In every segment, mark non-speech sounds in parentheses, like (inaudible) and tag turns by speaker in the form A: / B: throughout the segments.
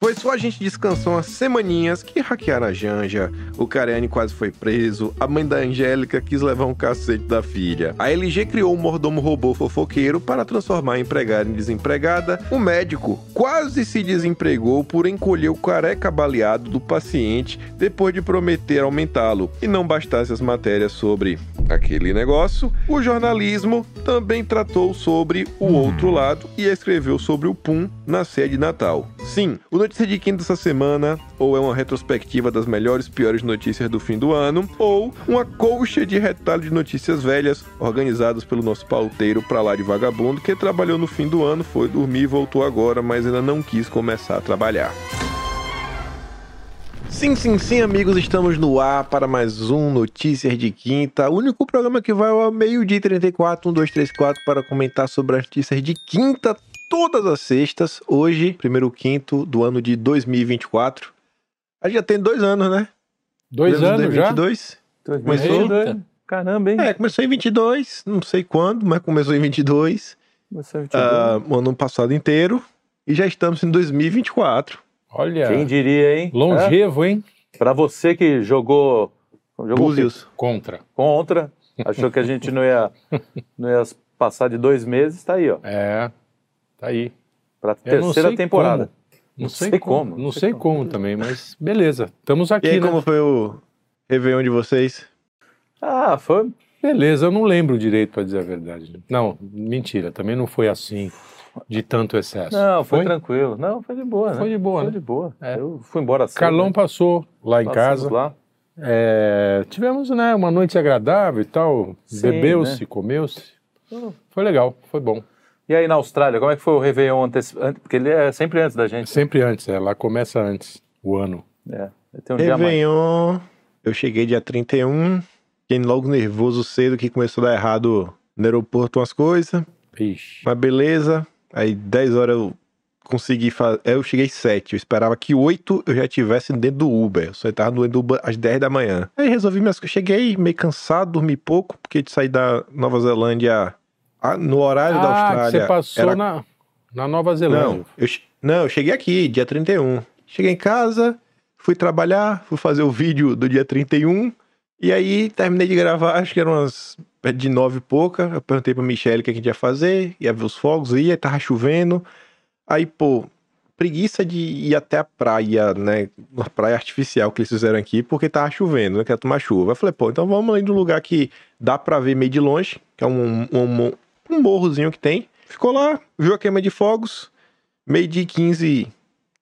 A: Foi só a gente descansou umas semaninhas que hackearam a Janja, o Karene quase foi preso, a mãe da Angélica quis levar um cacete da filha. A LG criou um mordomo robô fofoqueiro para transformar a empregada em desempregada. O médico quase se desempregou por encolher o careca baleado do paciente depois de prometer aumentá-lo. E não bastasse as matérias sobre aquele negócio, o jornalismo também tratou sobre o outro lado e escreveu sobre o PUM na sede natal. Sim, o Notícia de Quinta dessa semana ou é uma retrospectiva das melhores e piores notícias do fim do ano, ou uma colcha de retalho de notícias velhas organizadas pelo nosso pauteiro pra lá de vagabundo que trabalhou no fim do ano, foi dormir e voltou agora, mas ainda não quis começar a trabalhar. Sim, sim, sim, amigos, estamos no ar para mais um Notícias de Quinta, o único programa que vai ao meio-dia e um, 34, 1, 2, 3, 4, para comentar sobre as notícias de quinta todas as sextas. Hoje, primeiro quinto do ano de 2024. A gente já tem dois anos, né?
B: Dois
A: Tivemos
B: anos já?
A: 2022. Começou?
B: Eita. Caramba, hein?
A: É, começou em 22, não sei quando, mas começou em 22.
B: Começou em 22.
A: ah, o ano passado inteiro. E já estamos em 2024.
C: Olha,
D: Quem diria, hein?
B: longevo, hein?
D: É, Pra você que jogou, jogou
A: Búzios.
B: Contra.
D: contra, achou que a gente não
B: (laughs)
D: ia, não ia passar de dois meses, tá aí, ó.
B: É, tá aí.
D: Pra
B: Eu não
D: terceira
B: sei
D: temporada.
B: como. Não sei, como, Não sei como. também, mas beleza. Estamos aqui,
A: E aí,
B: né?
A: como foi o Réveillon de vocês?
D: Ah, foi.
B: Beleza, eu não lembro direito, pra dizer a verdade. Não, mentira, também não foi assim, de tanto excesso.
D: Não, foi,
B: Foi? um
D: tranquilo. Não, foi de boa, né?
B: Foi de boa,
D: Foi
B: né?
D: de boa.
B: É.
D: Eu fui embora cedo.
B: Carlão
D: né?
B: passou lá em
D: Passamos
B: casa.
D: Lá.
B: É, tivemos né, uma noite agradável e tal.
D: Sim, né?
B: Bebeu-se, comeu-se. Foi legal, foi bom.
D: E aí na Austrália, como é que foi o Réveillon antes? antes- Porque ele é sempre antes da gente.
B: Sempre antes, é, lá começa antes o ano.
D: É, tem um dia a mais.
A: Réveillon. Eu cheguei dia 31. Fiquei logo nervoso cedo que começou a dar errado no aeroporto umas coisas.
B: Ixi.
A: Mas beleza. Aí 10 horas eu consegui fazer. Eu cheguei 7. Eu esperava que 8 eu já estivesse dentro do Uber. Eu só tava no dentro do Uber às 10 da manhã. Aí resolvi minhas coisas. Cheguei meio cansado, dormi pouco, porque de sair da Nova Zelândia a- no horário da
B: Ah, que
A: Austrália.
B: você passou
A: era-
B: na, na Nova Zelândia.
A: Não, eu, che- não, eu cheguei aqui, dia 31. Cheguei em casa, fui trabalhar, fui fazer o vídeo do dia 31. E aí terminei de gravar, acho que eram umas perto de nove e pouca. Eu perguntei pra Michelle o que a gente ia fazer, ia ver os fogos, ia, tava chovendo. Aí, pô, preguiça de ir até a praia, né? Uma praia artificial que eles fizeram aqui, porque tava chovendo, né? Queria tomar chuva. Eu falei, pô, então vamos ali num lugar que dá pra ver meio de longe, que é um, um, um morrozinho que tem. Ficou lá, viu a queima de fogos, meio dia e 15,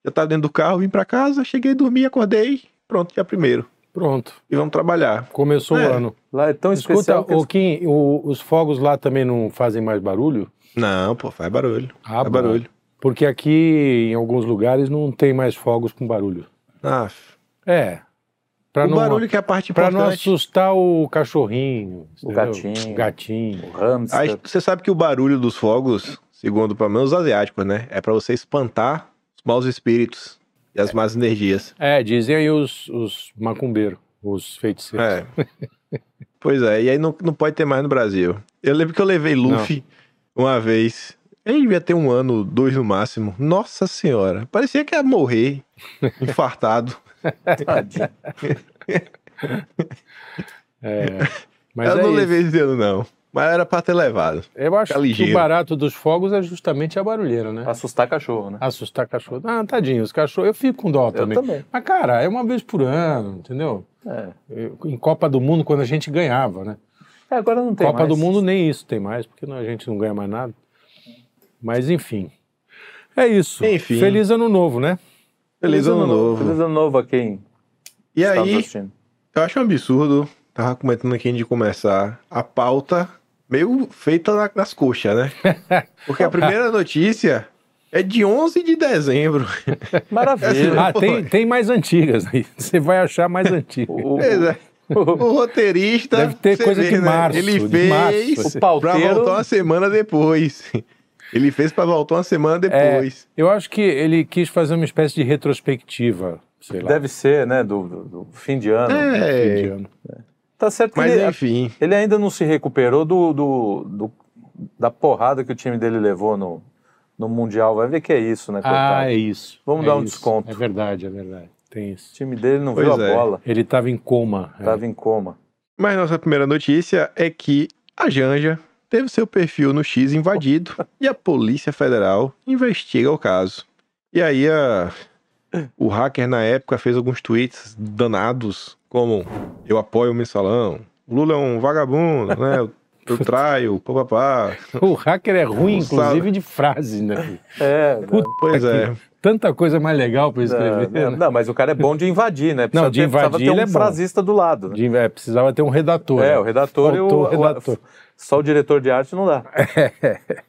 A: já tava dentro do carro, vim pra casa, cheguei, dormi, acordei, pronto, dia primeiro.
B: Pronto,
A: E vamos trabalhar.
B: começou
A: É.
B: o ano.
D: Lá é tão
B: Escuta,
D: especial que
B: o Kim, o- os fogos lá também não fazem mais barulho?
A: Não, pô, faz barulho.
B: Ah,
A: faz
B: bom.
A: É barulho.
B: Porque aqui, em alguns lugares, não tem mais fogos com barulho.
A: Ah,
B: É. Pra
A: o
B: não,
A: barulho que é a parte
B: pra não
A: importante.
B: assustar o cachorrinho.
D: O
B: entendeu?
D: gatinho.
B: O gatinho.
D: o hamster.
A: Aí, você sabe que o barulho dos fogos, segundo pelo menos os asiáticos, né? É pra você espantar os maus espíritos e as más energias.
B: É, dizem aí os, os macumbeiros, os feiticeiros.
A: É. (laughs) pois é, e aí não, não pode ter mais no Brasil. Eu lembro que eu levei Luffy uma vez. Ele devia ter um ano, dois no máximo. Nossa senhora, parecia que ia
B: (laughs)
A: morrer, infartado.
D: Tadinho.
B: Mas
A: eu
B: é
A: não
B: isso.
A: levei esse ano, não. Mas era pra ter levado.
B: Eu acho
A: Fica
B: que
A: ligeiro.
B: o barato dos fogos é justamente a barulheira, né?
D: Assustar cachorro, né?
B: Assustar cachorro. Ah, tadinho, os cachorros. Eu fico com dó também.
D: também.
B: Mas, cara, é uma vez por ano, entendeu?
D: É.
B: Eu- Em Copa do Mundo, quando a gente ganhava, né?
D: É, agora não tem
B: Copa
D: mais.
B: do Mundo nem isso tem mais, porque não- a gente não ganha mais nada. Mas, enfim. É isso.
A: Enfim.
B: Feliz ano novo, né?
A: Feliz ano novo.
D: Feliz ano novo a quem
A: E
D: está
A: aí,
D: nos assistindo.
A: Eu acho um absurdo, tava comentando aqui antes de começar, a pauta meio feita na- nas coxas, né? Porque a
B: (laughs)
A: primeira notícia é de 11 de dezembro.
B: (laughs)
D: Maravilha.
B: Ah, tem, tem mais antigas aí. (laughs) Você vai achar mais antigas.
D: O, o,
A: Pois é. (laughs)
D: o,
A: O roteirista...
B: Deve ter
A: você né?
B: coisa de março,
A: Ele
B: de
A: fez
B: março. assim.
A: pra
D: o pauteiro.
A: voltar uma semana depois. Ele fez pra voltar uma semana
B: É.
A: depois.
B: Eu acho que ele quis fazer uma espécie de retrospectiva, sei lá.
D: Deve ser, né? Do, do- do fim de ano.
A: É,
B: de ano.
D: Tá certo que
A: mas
B: é
D: ele,
A: enfim.
D: ele ainda não se recuperou do, do, do- da porrada que o time dele levou no, no Mundial. Vai ver que é isso, né, coitado?
B: Ah, é isso.
D: Vamos
B: é
D: dar um
B: isso.
D: desconto.
B: É verdade, é verdade. Tem isso.
D: O time dele não
A: Pois
D: viu a
A: é.
D: bola,
B: Ele estava em coma. é.
D: estava em coma.
A: Mas nossa primeira notícia é que a Janja teve seu perfil no X
B: (laughs)
A: invadido e a Polícia Federal investiga o caso. E aí a- o hacker na época fez alguns tweets danados, como eu apoio o mensalão, Lula é um vagabundo, né? Eu, eu traio, papapá.
B: (laughs) O hacker é ruim,
A: Sabe?
B: inclusive, de frase, né?
D: É, né?
B: Puta
A: Pois
B: que-
A: é.
B: Tanta coisa mais legal para escrever.
D: não,
B: né?
D: não, mas o cara é bom de invadir, né?
B: Não, de
D: ter, precisava
B: invadir
D: ter
B: ele
D: um
B: é bom.
D: frasista do lado. Né?
B: De- é, precisava ter um redator.
D: É,
B: né?
D: o redator e o,
B: Faltou o
D: o-
B: redator.
D: Só o diretor de arte não dá.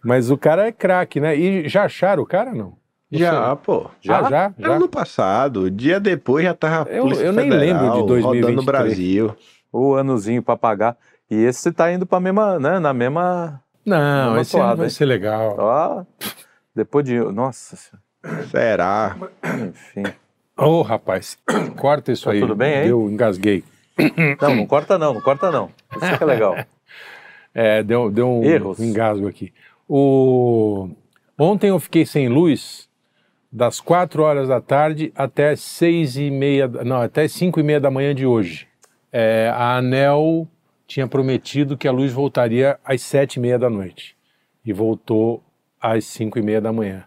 B: Mas o cara é craque, né? E já acharam o cara, não? Não
A: Já, pô.
B: sei. Ah,
D: já?
B: já?
A: Era
B: já?
A: no passado, dia depois já tava a
B: Eu-
A: Polícia
B: eu nem
A: Federal
B: lembro de
A: rodando
B: 2023.
A: o Brasil.
D: O anozinho pra pagar. E esse tá indo pra mesma, né? Na mesma.
B: Não,
D: Uma
B: esse ano
D: toada,
B: vai
D: hein?
B: ser legal.
D: Ó, depois de. Nossa senhora. (coughs)
A: Será?
D: Enfim.
B: Ô, rapaz, corta isso
D: Tá
B: aí.
D: tudo bem aí?
B: Eu engasguei.
D: Não, não corta não, não corta não. Isso que é legal.
B: É, deu, deu um
D: Erros.
B: engasgo aqui. O... Ontem eu fiquei sem luz das 4 horas da tarde até as 6 e meia, da- não, até as 5 e meia da manhã de hoje. É, a ANEL tinha prometido que a luz voltaria às 7 e meia da noite e voltou às 5 e meia da manhã.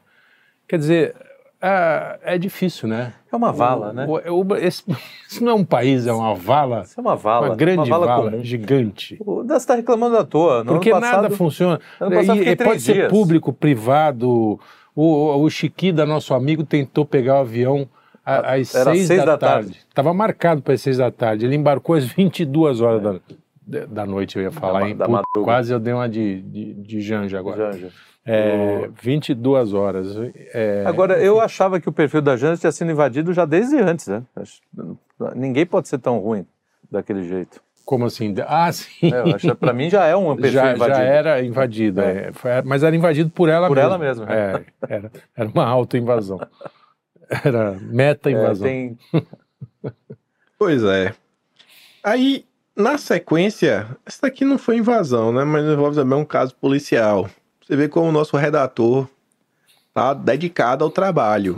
B: Quer dizer, ah, é difícil, né?
D: É uma vala, né?
B: O- o- esse, (laughs) isso não é um país, é uma vala,
D: Isso é uma vala.
B: uma grande
D: uma vala, comum.
B: gigante.
D: O Você tá reclamando à toa. No
B: Porque
D: ano passado,
B: nada funciona.
D: ano passado eu
B: E-
D: fiquei
B: e pode
D: três
B: ser
D: dias.
B: público, privado. O, o Chiquida, nosso amigo, tentou pegar o avião a- às
D: Ah, Era
B: seis,
D: seis
B: da,
D: da
B: tarde. Estava marcado para as seis da tarde. Ele embarcou às 22 horas da, da- da noite, eu ia falar.
D: ma-
B: hein?
D: É. da
B: Puta,
D: madruga.
B: quase eu dei uma de, de, de janja agora.
D: Janja.
B: É, 22 horas. É,
D: Agora, eu achava que o perfil da Janja tinha sido invadido já desde antes, né? Acho- Ninguém pode ser tão ruim
B: (laughs)
D: daquele jeito.
B: como assim? Ah, sim.
D: É, eu acho- pra mim já é um perfil
B: já,
D: invadido.
B: já era invadido,
D: É.
B: é. Foi- mas era invadido por ela
D: Por
B: mesma.
D: ela mesma,
B: É, era, era uma auto-invasão. Era
D: É,
B: meta-invasão.
D: tem
A: Pois é. Aí, na sequência, essa daqui não foi invasão, né? Mas envolve também um caso policial. Você vê como o nosso redator tá dedicado ao trabalho.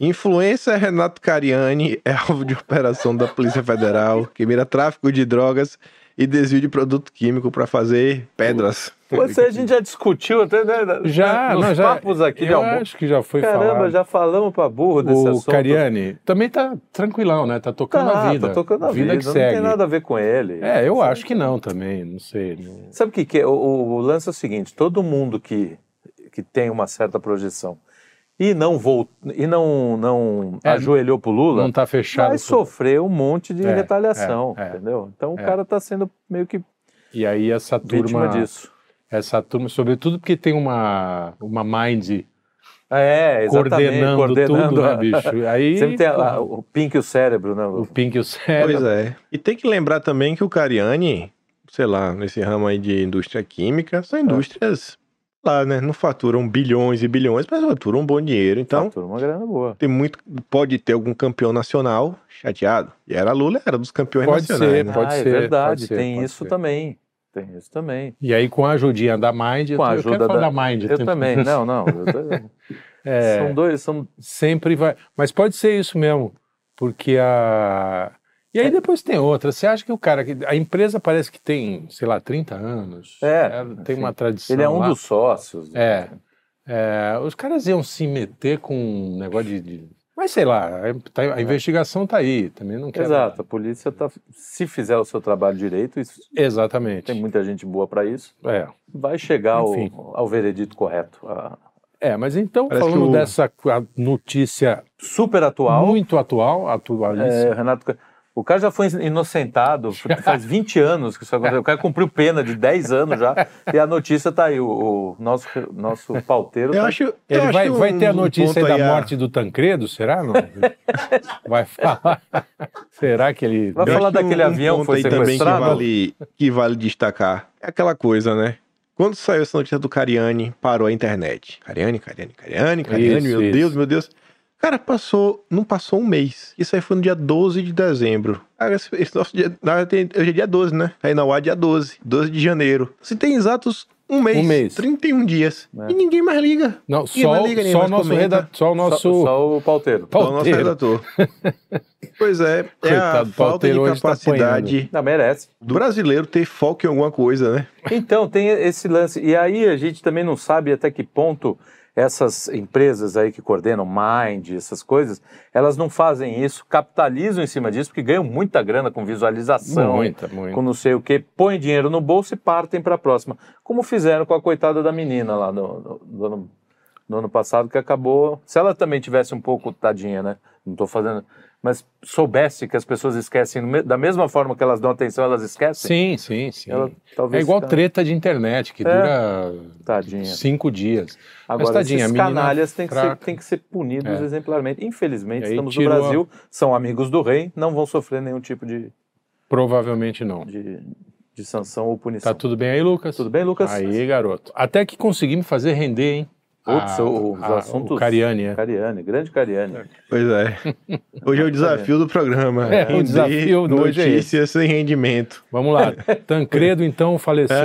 A: Influencer Renato Cariani é alvo de operação da Polícia Federal que mira tráfico de drogas e desvio de produto químico para fazer pedras.
D: Você a gente já discutiu até, né?
B: Já,
D: nos
B: não, já,
D: papos aqui de
B: eu
D: almoço.
B: acho que já foi
D: Caramba,
B: falado.
D: já falamos pra burro desse
B: o
D: assunto.
B: Cariani também tá tranquilão, né? Tá tocando
D: tá,
B: a vida.
D: tá tocando a vida,
B: que
D: não
B: segue.
D: tem nada a ver com ele.
B: É, eu
D: Sabe-
B: acho que não também, não sei. não-
D: Sabe o que, que é? O, o- o lance é o seguinte: todo mundo que, que tem uma certa projeção e não voltou, e não, não
B: É,
D: ajoelhou pro Lula,
B: Não tá fechado.
D: vai sofrer um monte de
B: É,
D: retaliação,
B: é, é.
D: entendeu? Então o
B: É.
D: cara tá sendo meio que
B: E aí essa
D: vítima
B: turma,
D: disso.
B: essa turma, sobretudo porque tem uma uma mind
D: É, exatamente.
B: coordenando, tudo, né,
D: a- (laughs)
B: bicho? Aí
D: Sempre tem a-
B: pô,
D: a- o pink e o cérebro, né?
B: o Pink e o
A: Pois
B: Cérebro.
A: é. E tem que lembrar também que o Cariani, sei lá, nesse ramo aí de indústria química,
B: É.
A: são indústrias lá, né? Não faturam bilhões e bilhões, mas faturam um bom dinheiro.
B: Tá.
A: Então,
D: Fatura uma grana boa.
A: tem muito. Pode ter algum campeão nacional chateado. E era Lula, era dos campeões
B: Pode
A: nacionais.
B: ser,
A: né?
B: pode
D: ah,
B: ser,
D: é verdade,
B: pode ser,
D: tem
B: pode
D: isso
B: ser.
D: também. Tem isso também.
B: E aí com a ajudinha da Mind, eu
D: Com a
B: tô- eu,
D: ajuda
B: quero falar
D: da-
B: da Mind.
D: Eu
B: (laughs)
D: também, não, não. eu tô-
B: É,
D: São dois, são
B: sempre vai. Mas pode ser isso mesmo, porque a. E
D: É.
B: aí depois tem outra. Você acha que o cara. que- A empresa parece que tem, sei lá, 30 anos.
D: É,
B: Ela tem
D: enfim,
B: uma tradição.
D: Ele é um
B: lá.
D: dos sócios.
B: É, é, Os caras iam se meter com um negócio de. de- Mas sei lá, a, tá- a investigação tá aí. Também não quero.
D: É. Exato, a polícia tá, se fizer o seu trabalho direito, isso,
B: Exatamente.
D: tem muita gente boa para isso,
B: É.
D: vai chegar ao,
B: Enfim.
D: ao veredito correto. A-
B: É, mas então,
A: Parece
B: falando
A: que o-
B: dessa a notícia
D: super atual,
B: muito atual,
D: é,
B: atualíssima.
D: Renato, Ca- o cara já foi inocentado,
B: (laughs)
D: faz 20 anos que isso aconteceu, o cara cumpriu pena de 10 anos já, e a notícia tá aí, o, o nosso, nosso pauteiro
A: Eu
D: tá-
A: acho, eu
B: Ele
A: acho
B: vai,
A: um
B: vai ter a notícia
A: ponto
B: aí
A: aí
D: é
B: da
A: a-
B: morte do Tancredo, será?
D: (laughs)
B: Não? vai falar. será que ele.
D: Vai
A: eu
D: falar
A: acho que um
D: daquele avião
A: ponto
D: que foi
A: aí também que
D: sequestrado?
A: vale, que vale destacar. É aquela coisa, né? Quando saiu essa notícia do Cariani, parou a internet. Cariani, Cariani, Cariani, Cariani,
B: Isso,
A: meu
B: isso.
A: Deus, meu Deus. Cara, passou, não passou um mês. Isso aí foi no dia 12 de dezembro. Ah, Esse, é esse nosso dia, na verdade, tem- hoje é dia 12, né? Aí na UA dia 12, 12 de janeiro. Se tem exatos Um mês,
B: Um mês.
A: 31 dias.
D: É.
A: E ninguém mais liga.
B: Não,
A: Ninguém
B: só,
A: mais liga, ninguém
B: só, o
A: mais
B: nosso
A: comenta.
B: reda, só o nosso.
D: Só, só o pauteiro.
A: Só o nosso
B: Pauteiro. (laughs)
A: redator. pois é, é a
B: Coitado,
A: falta de
B: Pauteiro hoje tá
A: capacidade
D: Não, merece.
A: do brasileiro ter foco em alguma coisa, né?
D: Então, tem esse lance. E aí a gente também não sabe até que ponto essas empresas aí que coordenam Mind, essas coisas, elas não fazem isso, capitalizam em cima disso, porque ganham muita grana com visualização,
B: Muita, muito.
D: com não sei o quê, põem dinheiro no bolso e partem para a próxima. Como fizeram com a coitada da menina lá no, no- do ano, no ano passado, que acabou. Se ela também tivesse um pouco, tadinha, né? Não estou fazendo. Mas soubesse que as pessoas esquecem, no me- da mesma forma que elas dão atenção, elas
B: Sim,
D: esquecem.
B: sim, sim.
D: Ela
B: É
D: talvez
B: igual
D: fica-
B: treta de internet, que
D: É.
B: dura
D: Tadinha.
B: cinco dias.
D: Agora,
B: tadinha, a
D: esses
B: menina
D: canalhas têm que, ser,
B: fraca.
D: têm que ser punidos
B: É.
D: exemplarmente.
B: E
D: Infelizmente,
B: aí
D: estamos
B: tirou a-
D: no Brasil, são amigos do rei, não vão sofrer nenhum tipo de,
B: Provavelmente não.
D: de, de sanção ou punição.
B: Tá tudo bem aí, Lucas?
D: Tudo bem, Lucas?
B: Aí, garoto. Até que conseguimos fazer render, hein?
D: Putz,
B: A-
D: o- os
B: a-
D: assuntos-
B: O Cariani, é.
D: Cariani, grande Cariani.
A: Pois é. Hoje é
B: (laughs)
A: o desafio do programa.
B: É, o desafio do hoje é
A: notícias sem rendimento.
B: Vamos
D: (laughs)
B: lá. Tancredo, então, faleceu.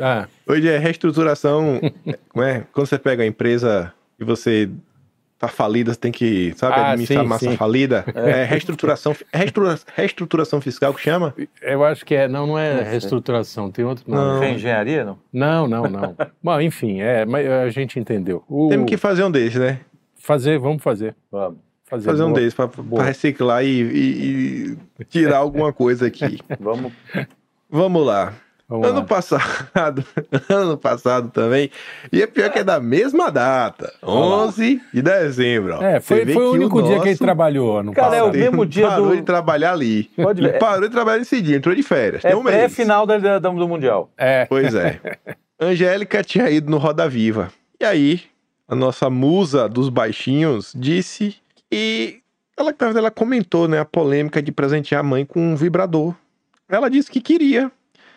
B: Ah,
A: Hoje é
B: (laughs)
A: reestruturação. como é? Quando você pega a empresa e você tá falida, você tem que, sabe,
B: Ah,
A: administrar
B: sim,
A: massa
B: sim.
A: falida. É, reestruturação, reestrutura- reestruturação fiscal que chama?
B: eu acho que é. Não, não é
D: sei.
B: reestruturação, tem outro
A: Não.
B: nome.
D: Tem engenharia, não?
B: Não, não, não. Bom, enfim, é, mas a gente entendeu. O-
A: Temos que fazer um desses, né?
B: Fazer, vamos fazer.
D: Vamos,
B: Fazer,
A: Fazer um
B: boa.
A: desses pra, pra reciclar e, e- e
B: (laughs)
A: tirar alguma coisa aqui.
D: (laughs) vamos.
A: Vamos lá.
B: Vamos
A: ano
B: lá.
A: passado, (laughs) ano passado também, e é pior que é da mesma data, 11 de dezembro. ó.
B: É,
A: Você
B: foi,
A: vê
B: foi o único dia
A: nosso
B: que ele trabalhou ano
D: Cara, é o
B: passado.
A: tem-
D: mesmo dia
A: parou
D: do-
A: de trabalhar ali.
D: Pode ver.
A: E parou de trabalhar nesse dia, entrou de férias.
D: É
A: tem um mês.
D: pré-final da, da- do Mundial.
B: É,
A: Pois é. Angélica tinha ido no Roda Viva. E aí, a nossa musa dos baixinhos disse que ela, na verdade, ela comentou, né, a polêmica de presentear a mãe com um vibrador. Ela disse que queria.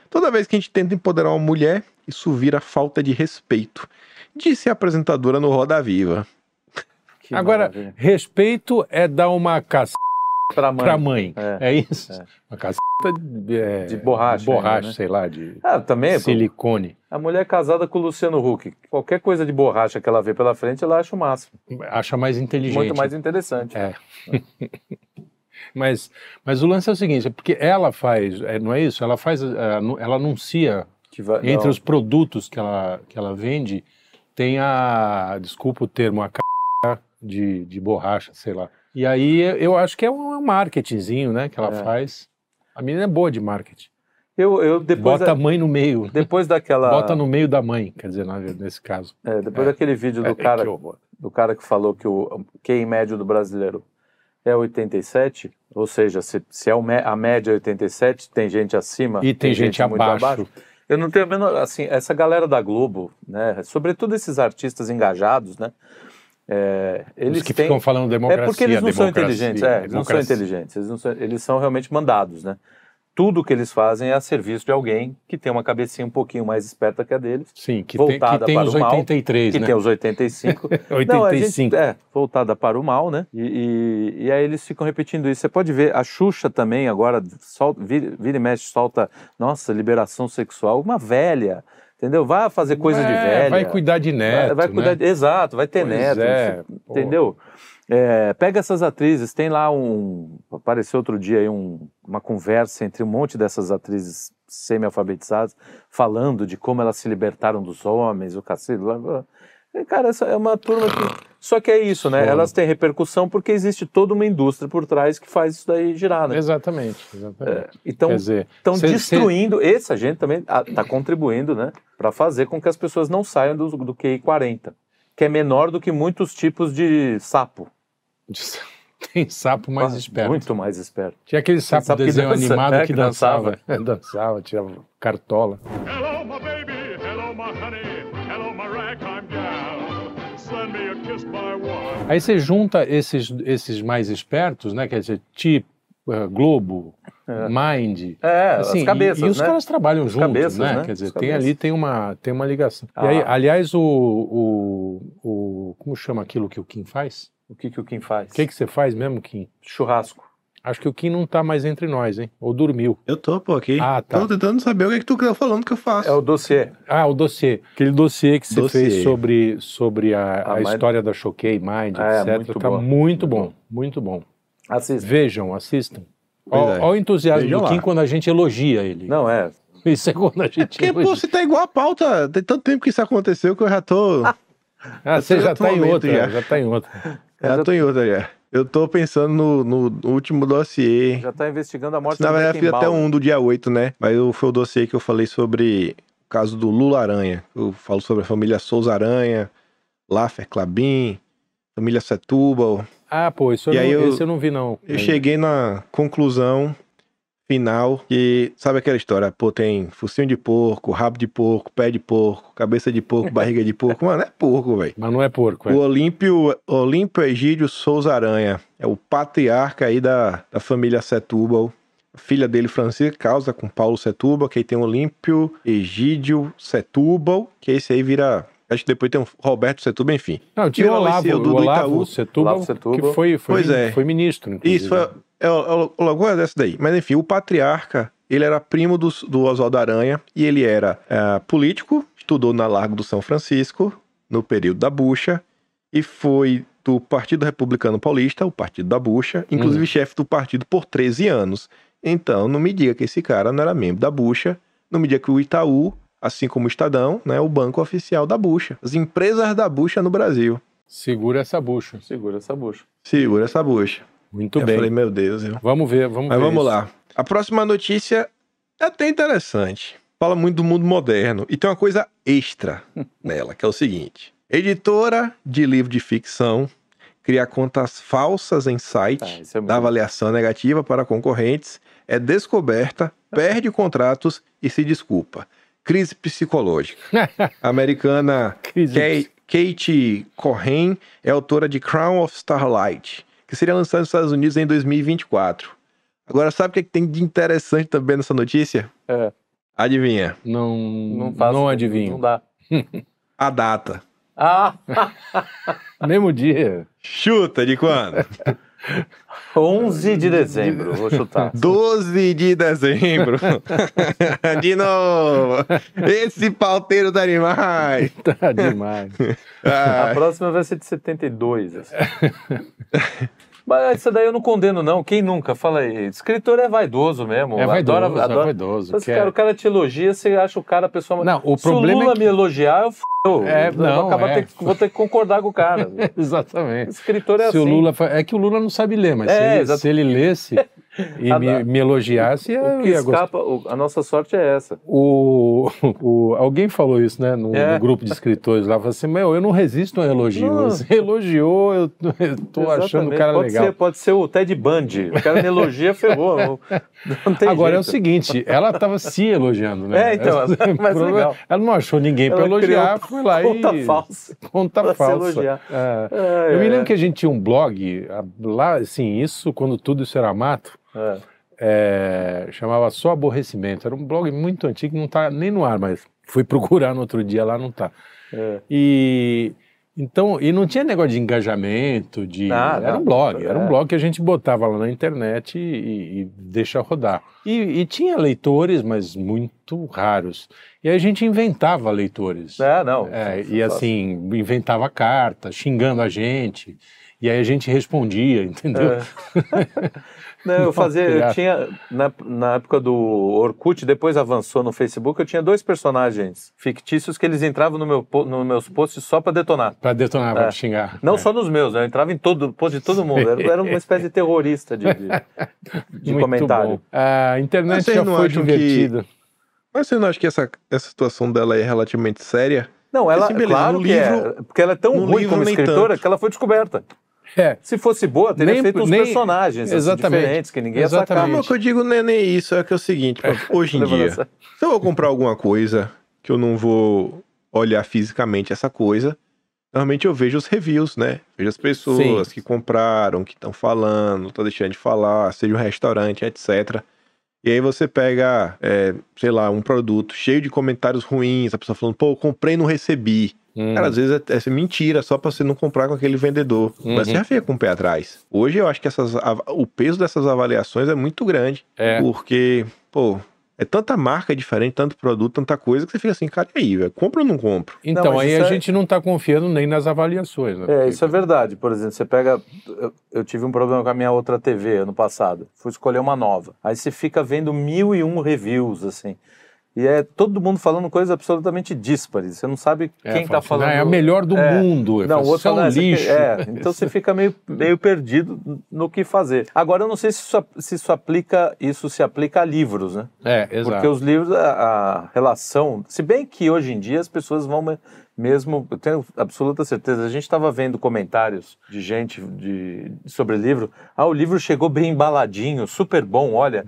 A: Toda vez que a gente tenta empoderar uma mulher, isso vira falta de respeito. Disse a apresentadora no Roda Viva.
D: Que
B: Agora,
D: maravilha.
B: respeito é dar uma caça
D: pra mãe.
B: pra mãe.
D: É.
B: É, isso?
D: É.
B: Uma caceta de, é,
D: De borracha
B: borracha,
D: ainda, né?
B: sei lá, de
D: Ah, também, pô,
B: silicone.
D: a mulher é casada com o Luciano Huck. Qualquer coisa de borracha que ela vê pela frente, ela acha o máximo.
B: Acha mais inteligente.
D: Muito mais interessante.
B: É. Mas, mas o lance é o seguinte, é porque ela faz, é, não é isso? Ela faz, é, anu- ela anuncia
D: Que vai-
B: entre
D: não.
B: os produtos que ela, que ela vende, tem a, desculpa o termo, a c... de, de borracha, sei lá. E aí eu acho que é um marketingzinho, né, que ela
D: É.
B: faz. A menina é boa de marketing.
D: Eu, eu depois, é- Ah.
B: Bota a mãe no meio.
D: depois daquela.
B: Bota no meio da mãe, quer dizer, na- nesse caso.
D: É, depois
B: É.
D: daquele vídeo do
B: É,
D: cara
B: que horror.
D: do cara que falou que o QI médio do brasileiro é 87, ou seja, se, se é o mé- a média é 87, tem gente acima
B: E tem, gente,
D: muito
B: abaixo.
D: Eu não tenho a menor, assim, essa galera da Globo, né, sobretudo esses artistas engajados, né, é, eles
B: Os que
D: têm
B: ficam falando democracia,
D: é porque eles não são
B: democracia,
D: inteligentes, é, eles não são
B: democracia.
D: inteligentes, eles, não são- eles são realmente mandados, né? Tudo que eles fazem é a serviço de alguém que tem uma cabecinha um pouquinho mais esperta que a deles,
B: Sim, que tem, que
D: voltada
B: tem
D: para
B: os
D: o mal,
B: 83,
D: que
B: né?
D: tem os 85. Não, a gente-
B: 85.
D: é, voltada para o mal, né? E, e, e aí eles ficam repetindo isso. Você pode ver, a Xuxa também agora sol- vira, vira e mexe, solta, nossa, liberação sexual, uma velha, entendeu? Vai fazer coisa de
B: É,
D: velha.
B: Vai cuidar de neto,
D: Vai- vai cuidar
B: né?
D: de- Exato, vai ter
B: Pois
D: neto.
B: é,
D: isso-
B: pô.
D: entendeu? É, pega essas atrizes, tem lá um. Apareceu outro dia aí um- uma conversa entre um monte dessas atrizes semi-alfabetizadas falando de como elas se libertaram dos homens, o cacete. Blá, blá. E, cara, essa é uma turma que. Só que é isso, né?
B: Foda.
D: Elas têm repercussão porque existe toda uma indústria por trás que faz isso daí girar, né?
B: Exatamente, exatamente.
D: Então,
B: Quer dizer,
D: estão
B: cê- cê-
D: destruindo. Essa gente também está contribuindo, né? Para fazer com que as pessoas não saiam do, do QI 40, que é menor do que muitos tipos de sapo.
B: (laughs) Tem sapo mais
D: Ah,
B: esperto.
D: Muito mais esperto.
B: Tinha aquele sapo,
D: sapo que
B: desenho
D: dança,
B: animado
D: né,
B: que,
D: que
B: dançava.
D: dançava. (laughs)
B: dançava, tirava cartola.
C: Hello, my baby. Hello, my honey. Hello, my ragtime gal. Send me a kiss by one.
B: Aí você junta esses, esses mais espertos, né? Quer dizer, TIP, eh, Globo, Mind.
D: É,
B: Assim,
D: as cabeças,
B: e, e os
D: né?
B: caras trabalham juntos,
D: cabeças,
B: né?
D: né?
B: Quer dizer,
D: Os
B: tem
D: cabeças.
B: ali tem uma, tem uma ligação. E
D: Ah.
B: aí, aliás, o, o, o- Como chama aquilo que o Kim faz?
D: O que, que o Kim faz?
B: O que, que você faz mesmo, Kim?
D: Churrasco.
B: Acho que o Kim não tá mais entre nós, hein? Ou dormiu.
A: Eu tô, pô, aqui.
B: Ah, tá.
A: Tô tentando saber o que, é que tu tá falando que eu faço.
D: É o dossiê.
B: Ah, o dossiê. Aquele dossiê que você
A: Dossiê.
B: fez sobre, sobre a, a
D: Ah, mas-
B: história da Choquei, Mind,
D: Ah, é,
B: etc.
D: muito
B: tá
D: boa.
B: muito bom, muito bom.
D: Assista.
B: Vejam, assistam.
A: Pois é.
B: Olha o entusiasmo
A: Vejam
B: do
A: lá.
B: Kim quando a gente elogia ele.
D: Não, é.
B: (laughs) Isso é quando a gente
A: Porque, pô,
B: elogia.
A: você tá igual a pauta. Tem tanto tempo que isso aconteceu que eu já tô.
B: Ah,
A: eu
B: você
A: tô em
B: já
A: outro
B: tá em
A: momento
B: outra,
A: já.
B: já. tá em outra.
A: já tô É em outra já. Eu tô pensando no, no último dossiê.
D: Já tá investigando a morte
A: Na
D: do
A: verdade, eu fiz até
D: Beckenbauer.
A: um do dia 8, né? Mas eu- foi o dossiê que eu falei sobre o caso do Lula Aranha. Eu falo sobre a família Souza Aranha, Laffer Clabin, família Setúbal.
B: Ah, pô, isso eu
A: E
B: não,
A: aí eu-
B: esse eu não vi, não.
A: Eu cheguei na conclusão final que, sabe aquela história? Pô, tem focinho de porco, rabo de porco, pé de porco, cabeça de porco, barriga de porco. Mano, é porco, velho.
B: Mas não é porco, é.
A: O Olímpio, Olímpio Egídio Souza Aranha é o patriarca aí da, da família Setúbal. A filha dele, Francisca, causa com Paulo Setúbal, que aí tem Olímpio Egídio Setúbal, que esse aí vira. Acho que depois tem um Roberto Setúbal, enfim.
B: Não, tinha o
A: é o
B: Olavo,
A: Alessio do-
B: o
A: do
B: Olavo
A: Itaú.
B: Setúbal,
D: Olavo Setúbal.
B: que foi, foi,
A: Pois é.
B: foi ministro, inclusive. né?
A: Isso foi. É, o- é, logo dessa daí. Mas enfim, o patriarca, ele era primo do, do Oswaldo Aranha e ele era ah, político, estudou na Largo do São Francisco, no período da bucha, e foi do Partido Republicano Paulista, o Partido da Bucha,
B: Hum.
A: inclusive chefe do partido por 13 anos. Então, não me diga que esse cara não era membro da bucha, não me diga que o Itaú, assim como o Estadão, né, é o banco oficial da bucha. As empresas da bucha no Brasil.
B: Segura essa bucha.
D: Segura essa bucha.
A: Segura essa bucha.
B: Muito
A: Eu
B: bem.
A: falei, meu Deus, eu...
B: Vamos ver, vamos
A: Mas
B: ver.
A: vamos
B: isso. (laughs)
A: lá. A próxima notícia é até interessante. Fala muito do mundo moderno. E tem uma coisa
B: (laughs)
A: extra nela, que é o seguinte: editora de livro de ficção cria contas falsas em
D: Tá,
B: Ah,
A: site,
D: isso é muito
A: dá avaliação negativa para concorrentes, é
B: (laughs)
A: descoberta, perde contratos e se desculpa. Crise
B: (laughs)
A: psicológica. A americana
B: Crise
A: Kate, Kate Corren é autora de Crown of Starlight, que seria lançado nos Estados Unidos em 2024. Agora, sabe o que, é que tem de interessante também nessa notícia?
D: É.
A: Adivinha?
B: Não,
D: Não
B: não,
D: faço.
B: adivinho.
D: Não dá.
A: A data.
D: Ah!
B: Mesmo dia. (laughs)
A: Chuta de quando?
D: 11 de dezembro, vou chutar. (laughs)
A: 12 de dezembro. de novo. Esse pauteiro dos animais.
B: Tá demais.
A: Ah,
D: A próxima vai ser de 72. Assim. Mas essa daí eu não condeno, não. Quem nunca? Fala aí. Escritor é vaidoso mesmo.
B: É vaidoso,
D: adora,
B: é
D: adora.
B: vaidoso,
D: Mas,
B: quer.
D: cara, o cara te elogia, você acha o cara a pessoa...
B: Não, o
D: Se
B: problema
D: o Lula
B: é que-
D: me elogiar, eu f***.
B: É,
D: eu
B: não,
D: vou, acabar
B: é.
D: ter que- vou ter que concordar com
B: (laughs)
D: o cara.
B: (laughs) Exatamente.
D: Escritor é
B: se
D: assim.
B: o Lula fa- É que o Lula não sabe ler, mas
D: É,
B: se, ele,
D: exato.
B: se ele
D: (laughs)
B: lesse e
D: Ah,
B: me,
D: dá.
B: me elogiasse, eu
D: O que
B: ia gostar.
D: escapa, o- a nossa sorte é essa.
B: O, o- alguém falou isso, né? No,
D: É.
B: no grupo de escritores lá. Falou assim: Meu, eu não resisto a um elogio.
D: Não.
B: Você elogiou, eu, (laughs) tô- eu tô achando o
D: Exatamente.
B: cara
D: pode
B: legal.
D: Ser, pode ser o Ted Bundy. O cara me elogia,
B: (laughs)
D: ferrou. Não, não tem
B: Agora é o
D: jeito.
B: seguinte, ela estava se elogiando, né? (laughs)
D: É, então,
B: Ela-
D: mas
B: problema-
D: legal.
B: Ela não achou ninguém para
D: Ela
B: elogiar,
D: criou
B: foi lá
D: Conta
B: e
D: falsa.
B: conta
D: pra se
B: falsa.
D: elogiar.
B: É.
D: Ai,
B: Eu me
D: ai,
B: lembro que a gente tinha um blog a- lá, assim, isso quando tudo isso era mato,
D: ai.
B: é, chamava só aborrecimento. Era um blog muito antigo, não tá nem no ar, mas fui (laughs) procurar no outro dia lá, não tá.
D: É, é.
B: E então, e não tinha negócio de engajamento, de
D: Nada.
B: era um blog, era um
D: É.
B: blog que a gente botava lá na internet e, e- e deixa rodar. E, e tinha leitores, mas muito raros. E aí a gente inventava leitores.
D: É, não.
B: É, e assim, inventava carta, xingando a gente. E aí a gente respondia, (laughs) entendeu?
D: É.
B: (laughs)
D: Não, eu fazia, eu tinha, na, na época do Orkut, depois avançou no Facebook, eu tinha dois personagens fictícios que eles entravam no meu, po- nos meus posts só pra detonar.
B: Pra detonar, pra
D: É.
B: xingar.
D: Não
B: É.
D: só nos meus, né? eu entrava em todo, post de todo mundo. Era, era uma espécie de terrorista de,
B: (laughs)
D: de, de
B: Muito
D: comentário.
B: bom. É, A internet
A: Vocês
B: já
A: não
B: foi
A: acham que-
B: divertida.
A: Mas você não acha que essa, essa situação dela é relativamente séria?
D: Não, ela,
A: Assim, beleza,
D: claro
A: no
D: que é,
A: livro-
D: porque ela é tão
A: no
D: ruim
A: livro
D: como
A: nem
D: escritora
A: tanto.
D: que ela foi descoberta.
B: É.
D: Se fosse boa, teria
B: Nem-
D: feito uns
B: nem-
D: personagens assim,
B: Exatamente.
D: diferentes que ninguém ia
A: Ah,
D: sacar.
B: Exatamente.
A: mas o que eu digo não é nem isso, é que é o seguinte, hoje em dia, Se eu vou comprar alguma coisa que eu não vou olhar fisicamente essa coisa, normalmente eu vejo os reviews, né? Vejo as pessoas
B: Sim.
A: que compraram, que estão falando, estão deixando de falar, seja um restaurante, etc. E aí você pega, é, sei lá, um produto cheio de comentários ruins, a pessoa falando, pô, eu comprei e não recebi.
B: Hum.
A: Cara, às vezes é, é mentira, só pra você não comprar com aquele vendedor. Mas você já fica com o pé atrás. Hoje eu acho que essas, av- o peso dessas avaliações é muito grande.
B: É.
A: Porque, pô, é tanta marca diferente, tanto produto, tanta coisa, que você fica assim, cara, e aí, velho? Compro ou não compro?
B: Então,
D: mas
B: aí a
D: isso é-
B: gente não está confiando nem nas avaliações. Né?
D: É, isso é verdade. Por exemplo, você pega. Eu, eu tive um problema com a minha outra TV ano passado. Fui escolher uma nova. Aí você fica vendo mil e um reviews, assim. E é todo mundo falando coisas absolutamente díspares. Você não sabe
B: É, fala
D: quem está
B: assim, "Ah,
D: falando.
B: É a melhor do
D: É.
B: mundo. Eu
D: Não,
B: falo,
D: o outro
B: "Isso é um
D: não, essa aqui-
B: lixo.
D: é, então você
B: (laughs)
D: fica meio, meio perdido no que fazer. Agora, eu não sei se isso, ap- se isso aplica, isso se aplica a livros, né?
B: É, exato.
D: Porque os livros, a, a relação. Se bem que hoje em dia as pessoas vão me- mesmo. Eu tenho absoluta certeza. A gente estava vendo comentários de gente de, sobre livro. Ah, o livro chegou bem embaladinho, super bom, olha.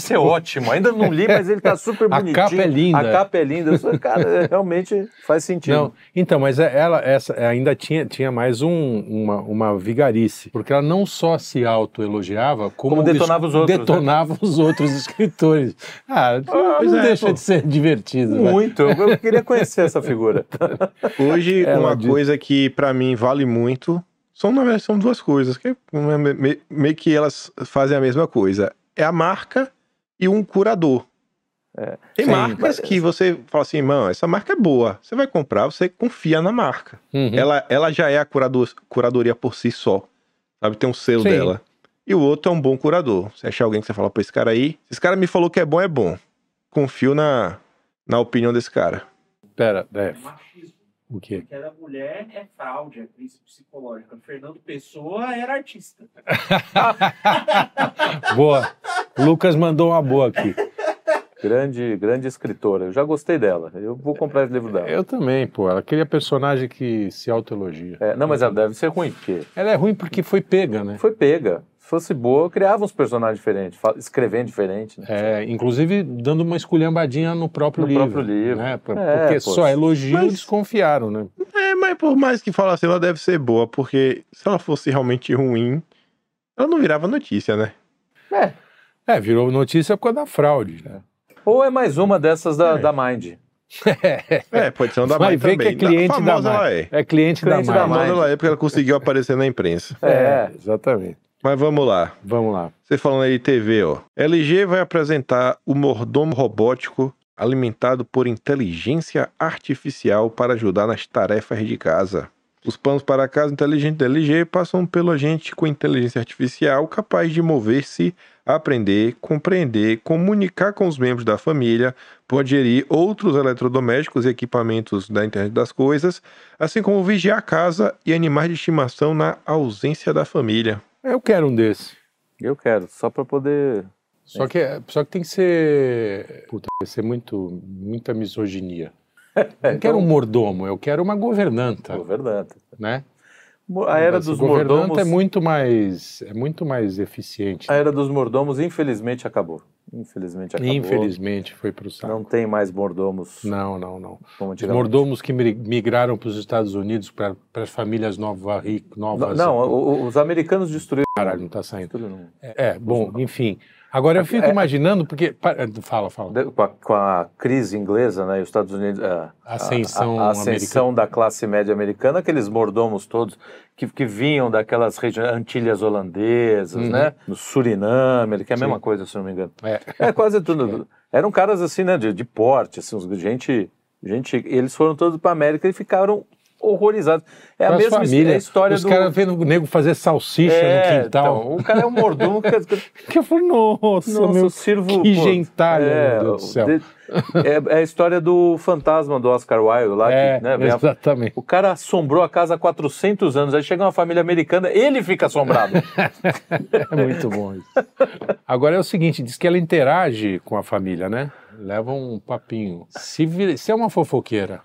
B: (laughs)
D: ser ótimo. Ainda não li, mas ele está super
B: A
D: bonitinho.
B: capa é linda.
D: A capa é linda. Eu falei, Cara, é, realmente faz sentido.
B: Não, então, mas é- ela essa, é, ainda tinha, tinha mais um- uma, uma vigarice, porque ela não só se autoelogiava, como,
D: Como detonava
B: es-
D: os outros, né?
B: detonava os outros (laughs) escritores. Ah,
A: pois
B: não
A: é,
B: deixa
A: pô.
B: de ser divertido. né?
D: Muito, eu eu queria conhecer
B: (laughs)
D: essa figura.
A: Hoje,
B: Ela
A: uma
B: diz.
A: coisa que pra mim vale muito são, na verdade, são duas coisas, que é me- me- meio que elas fazem a mesma coisa. É a marca e um curador. Tem
B: É. Sim.
A: marcas que você fala assim, mano, essa marca é boa. Você vai comprar, você confia na marca.
B: Uhum.
A: Ela, ela já é a curador- curadoria por si só. Sabe, tem um selo
B: Sim.
A: dela. E o outro é um bom curador. Você achar alguém que você fala, pô, esse cara aí, esse cara me falou que é bom, é bom. Confio na, na opinião desse cara.
B: Pera, é,
E: um Machismo.
B: o quê?
E: Que era mulher, é fraude, é crise psicológica. Fernando Pessoa era artista.
B: Boa. Lucas mandou uma boa aqui.
D: Grande, grande escritora. Eu já gostei dela. Eu vou comprar esse livro dela.
B: Eu também, pô. Ela queria personagem que se autoelogia.
D: É, não, mas ela deve ser ruim, porque
B: Ela é ruim porque foi pega, né?
D: foi pega. Se fosse boa, eu criava uns personagens diferentes, fa- escrevendo diferente. Né?
B: É, inclusive dando uma esculhambadinha no próprio
D: No
B: livro.
D: próprio livro.
B: Né? Por-
D: É,
B: Porque
D: pô.
B: só elogio
A: Mas-
B: desconfiaram, né?
A: É, mas por mais que falasse, ela deve ser boa, porque se ela fosse realmente ruim, ela não virava notícia, né?
B: É, virou notícia por causa da fraude. Né?
D: Ou é mais uma dessas da, da Mind.
A: É, pode ser uma da
B: Vai
A: Mai
B: ver
A: também.
B: que é cliente
A: Ela- famosa
B: da Mai.
A: ela é.
B: É cliente,
D: Cliente
B: da
D: da
B: Mai.
A: Famosa
D: Mai.
A: ela é porque ela conseguiu aparecer na imprensa.
D: É.
B: exatamente.
A: Mas vamos lá.
B: Vamos lá.
A: Você falando aí de TV, ó. LG vai apresentar o mordomo robótico alimentado por inteligência artificial para ajudar nas tarefas de casa. Os panos para a casa inteligente da LG passam pelo agente com inteligência artificial capaz de mover-se, aprender, compreender, comunicar com os membros da família, pode gerir outros eletrodomésticos e equipamentos da internet das coisas, assim como vigiar a casa e animais de estimação na ausência da família.
B: Eu quero um desse.
D: Eu quero, só para poder.
B: Só que, é, só que tem que ser. Puta, vai ser muito, muita misoginia. Eu não quero um mordomo, eu quero uma governanta,
D: Pô, verdade.
B: né?
D: Mo- A era
B: Tá. Mas
D: dos
B: governanta
D: mordomos.
B: é muito mais, é muito mais eficiente.
D: A era dos mordomos, infelizmente, acabou. Infelizmente acabou.
B: Infelizmente foi para o saco.
D: Não tem mais mordomos
B: Não, não, não.
D: como
B: Os
D: antigamente.
B: mordomos que mi- migraram para os Estados Unidos para para as famílias nova, ri-
D: Não,
B: novas.
D: não, o- o- os americanos destruíram.
B: caralho, não está saindo.
D: destruíram.
B: É, bom, enfim. Agora eu
D: É,
B: fico imaginando, porque. pa- eh, Fala, fala.
D: De- com, a, com a crise inglesa, né, e os Estados Unidos, a
B: Ascensão
D: a, a ascensão da classe média americana, aqueles mordomos todos que, que vinham daquelas regiões antilhas holandesas,
B: Uhum.
D: né, no Suriname, que é a
B: Sim.
D: mesma coisa, se não me engano.
B: É.
D: É quase
B: (laughs)
D: tudo. Eram caras assim, né, de, de porte, assim, uns- gente, gente, eles foram todos para América e ficaram horrorizados. É a
B: Pra
D: mesma his-
B: família.
D: é a história
B: Os
D: do
B: caras vendo o nego fazer salsicha
D: é,
B: no quintal.
D: então, o cara é um mordomo que, que
B: Que (laughs) eu falei, (laughs) nossa,
D: nossa,
B: meu.
D: o Silvio,
B: que
D: pô,
B: gentalha, meu Deus do
D: o
B: céu.
D: é, é a história do fantasma do Oscar Wilde lá.
B: É,
D: que, né, vem a-
B: exatamente.
D: (laughs) o cara assombrou a casa há 400 anos, aí chega uma família americana, ele
B: (laughs)
D: fica assombrado. (laughs)
B: É muito bom isso. Agora é o seguinte: diz que ela interage com a família, né? Leva um papinho. Se, vir- se é uma fofoqueira,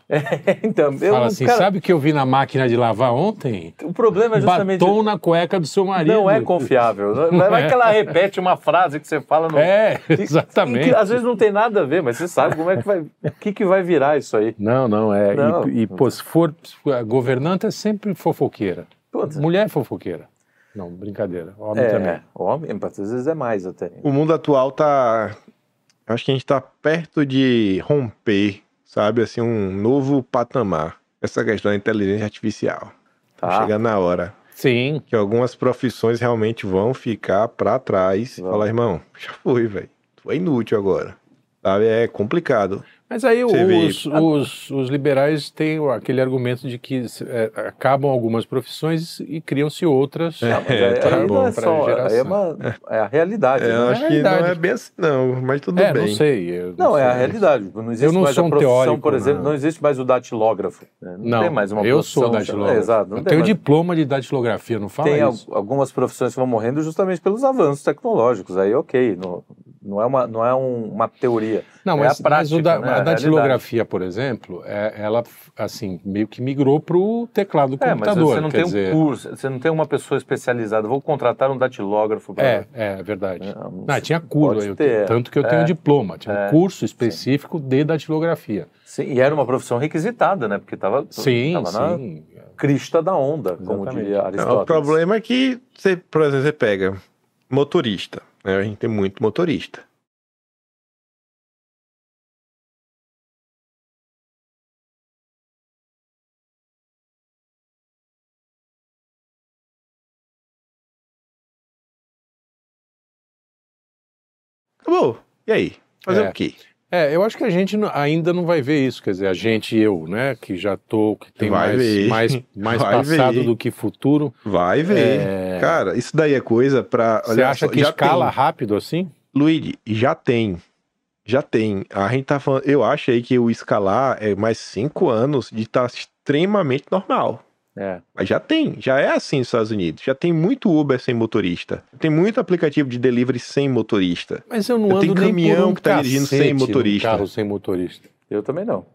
D: então, eu,
B: fala assim:
D: cara,
B: sabe o que eu vi na máquina de lavar ontem?
D: o problema é justamente...
B: Batom na cueca do seu marido.
D: Não
B: (laughs)
D: é confiável. Não- Vai que ela repete uma frase que você fala no...
B: É,
D: e- e
B: exatamente.
D: (laughs) que às vezes não tem nada a ver, mas você sabe como é que vai... O que, que vai virar isso aí?
B: Não, não, é. e-
D: Não.
B: E, pô, se for. a Governanta é sempre fofoqueira.
D: Putz,
B: Mulher é fofoqueira. Não, brincadeira. Homem
D: é,
B: também.
D: homem, às vezes é mais até.
A: O mundo atual tá Acho que a gente tá perto de romper, sabe, assim, um novo patamar. Essa questão da inteligência artificial.
D: Tá.
A: Chega na hora.
B: Sim.
A: Que algumas profissões realmente vão ficar pra trás.
D: Vão.
A: Falar, irmão, já foi, velho. Tu é inútil agora. Sabe, é complicado.
B: Mas aí
A: Você vê-
B: os, os, os liberais têm o- aquele argumento de que é, acabam algumas profissões e criam-se (laughs) outras.
A: É,
D: Ah, mas aí,
A: tá
D: aí
A: bom
D: não é
B: pra
D: só,
B: geração.
D: aí é, uma- é a realidade.
A: É, eu
D: né?
A: acho que não é
B: realidade.
A: bem assim, não. Mas tudo
B: É,
A: bem.
B: não sei. eu
D: Não, é a
B: sei.
D: realidade. Não existe
B: Eu não
D: mais
B: sou
D: a
B: um
D: profissão,
B: teórico,
D: por exemplo,
B: não.
D: não. existe mais o datilógrafo. né? Não, tem mais uma
B: eu
D: profissão.
B: sou datilógrafo.
D: É, exato. Não
B: eu
D: tem
B: tenho
D: mais.
B: diploma de datilografia, não fala
D: Tem al-
B: isso.
D: algumas profissões que vão morrendo justamente pelos avanços tecnológicos. Aí, ok, não, não é, uma, não é um- uma teoria.
B: Não,
D: é
B: mas,
D: a prática,
B: mas o da-
D: né?
B: a
D: A
B: datilografia, por exemplo, é- ela assim meio que migrou para o teclado do
D: É, mas
B: computador.
D: você não
B: quer
D: tem um
B: dizer,
D: curso, você não tem uma pessoa especializada. Vou contratar um datilógrafo para.
B: É, é verdade.
D: É, não
B: Não,
D: sei.
B: tinha curso,
D: Pode
B: eu-
D: ter,
B: tanto que eu
D: é.
B: tenho diploma, tinha
D: É.
B: um curso específico de datilografia.
D: Sim, e era uma profissão requisitada, né? Porque estava
B: Sim,
D: na
B: sim.
D: crista da onda, como
B: Exatamente.
D: diria
A: Não,
D: Aristóteles.
A: o problema é que, você, por exemplo, você pega motorista. Né? A gente tem muito motorista. Acabou. E aí? Fazer
B: É.
A: o quê?
B: É, eu acho que a gente não- ainda não vai ver isso, quer dizer, a gente e eu, né, que já tô, que tem
A: Vai ver.
B: mais, mais, mais
A: Vai
B: passado
A: ver.
B: do que futuro.
A: Vai ver. Cara, isso daí é coisa pra.
B: Você
A: olha
B: acha
A: só,
B: que
A: já
B: escala
A: tem. um-
B: rápido assim?
A: Luigi, já tem. Já tem. A gente tá falando. Eu acho aí que o escalar é mais cinco anos de estar extremamente normal.
D: É.
A: Mas já tem, já é assim nos Estados Unidos. Já tem muito Uber sem motorista. Tem muito aplicativo de delivery sem motorista.
B: Mas eu não
A: Eu
B: ando
A: tenho
B: nem por
A: caminhão
B: um
A: que tá dirigindo sem
B: cacete num
A: motorista.
B: carro sem motorista.
D: Eu também não.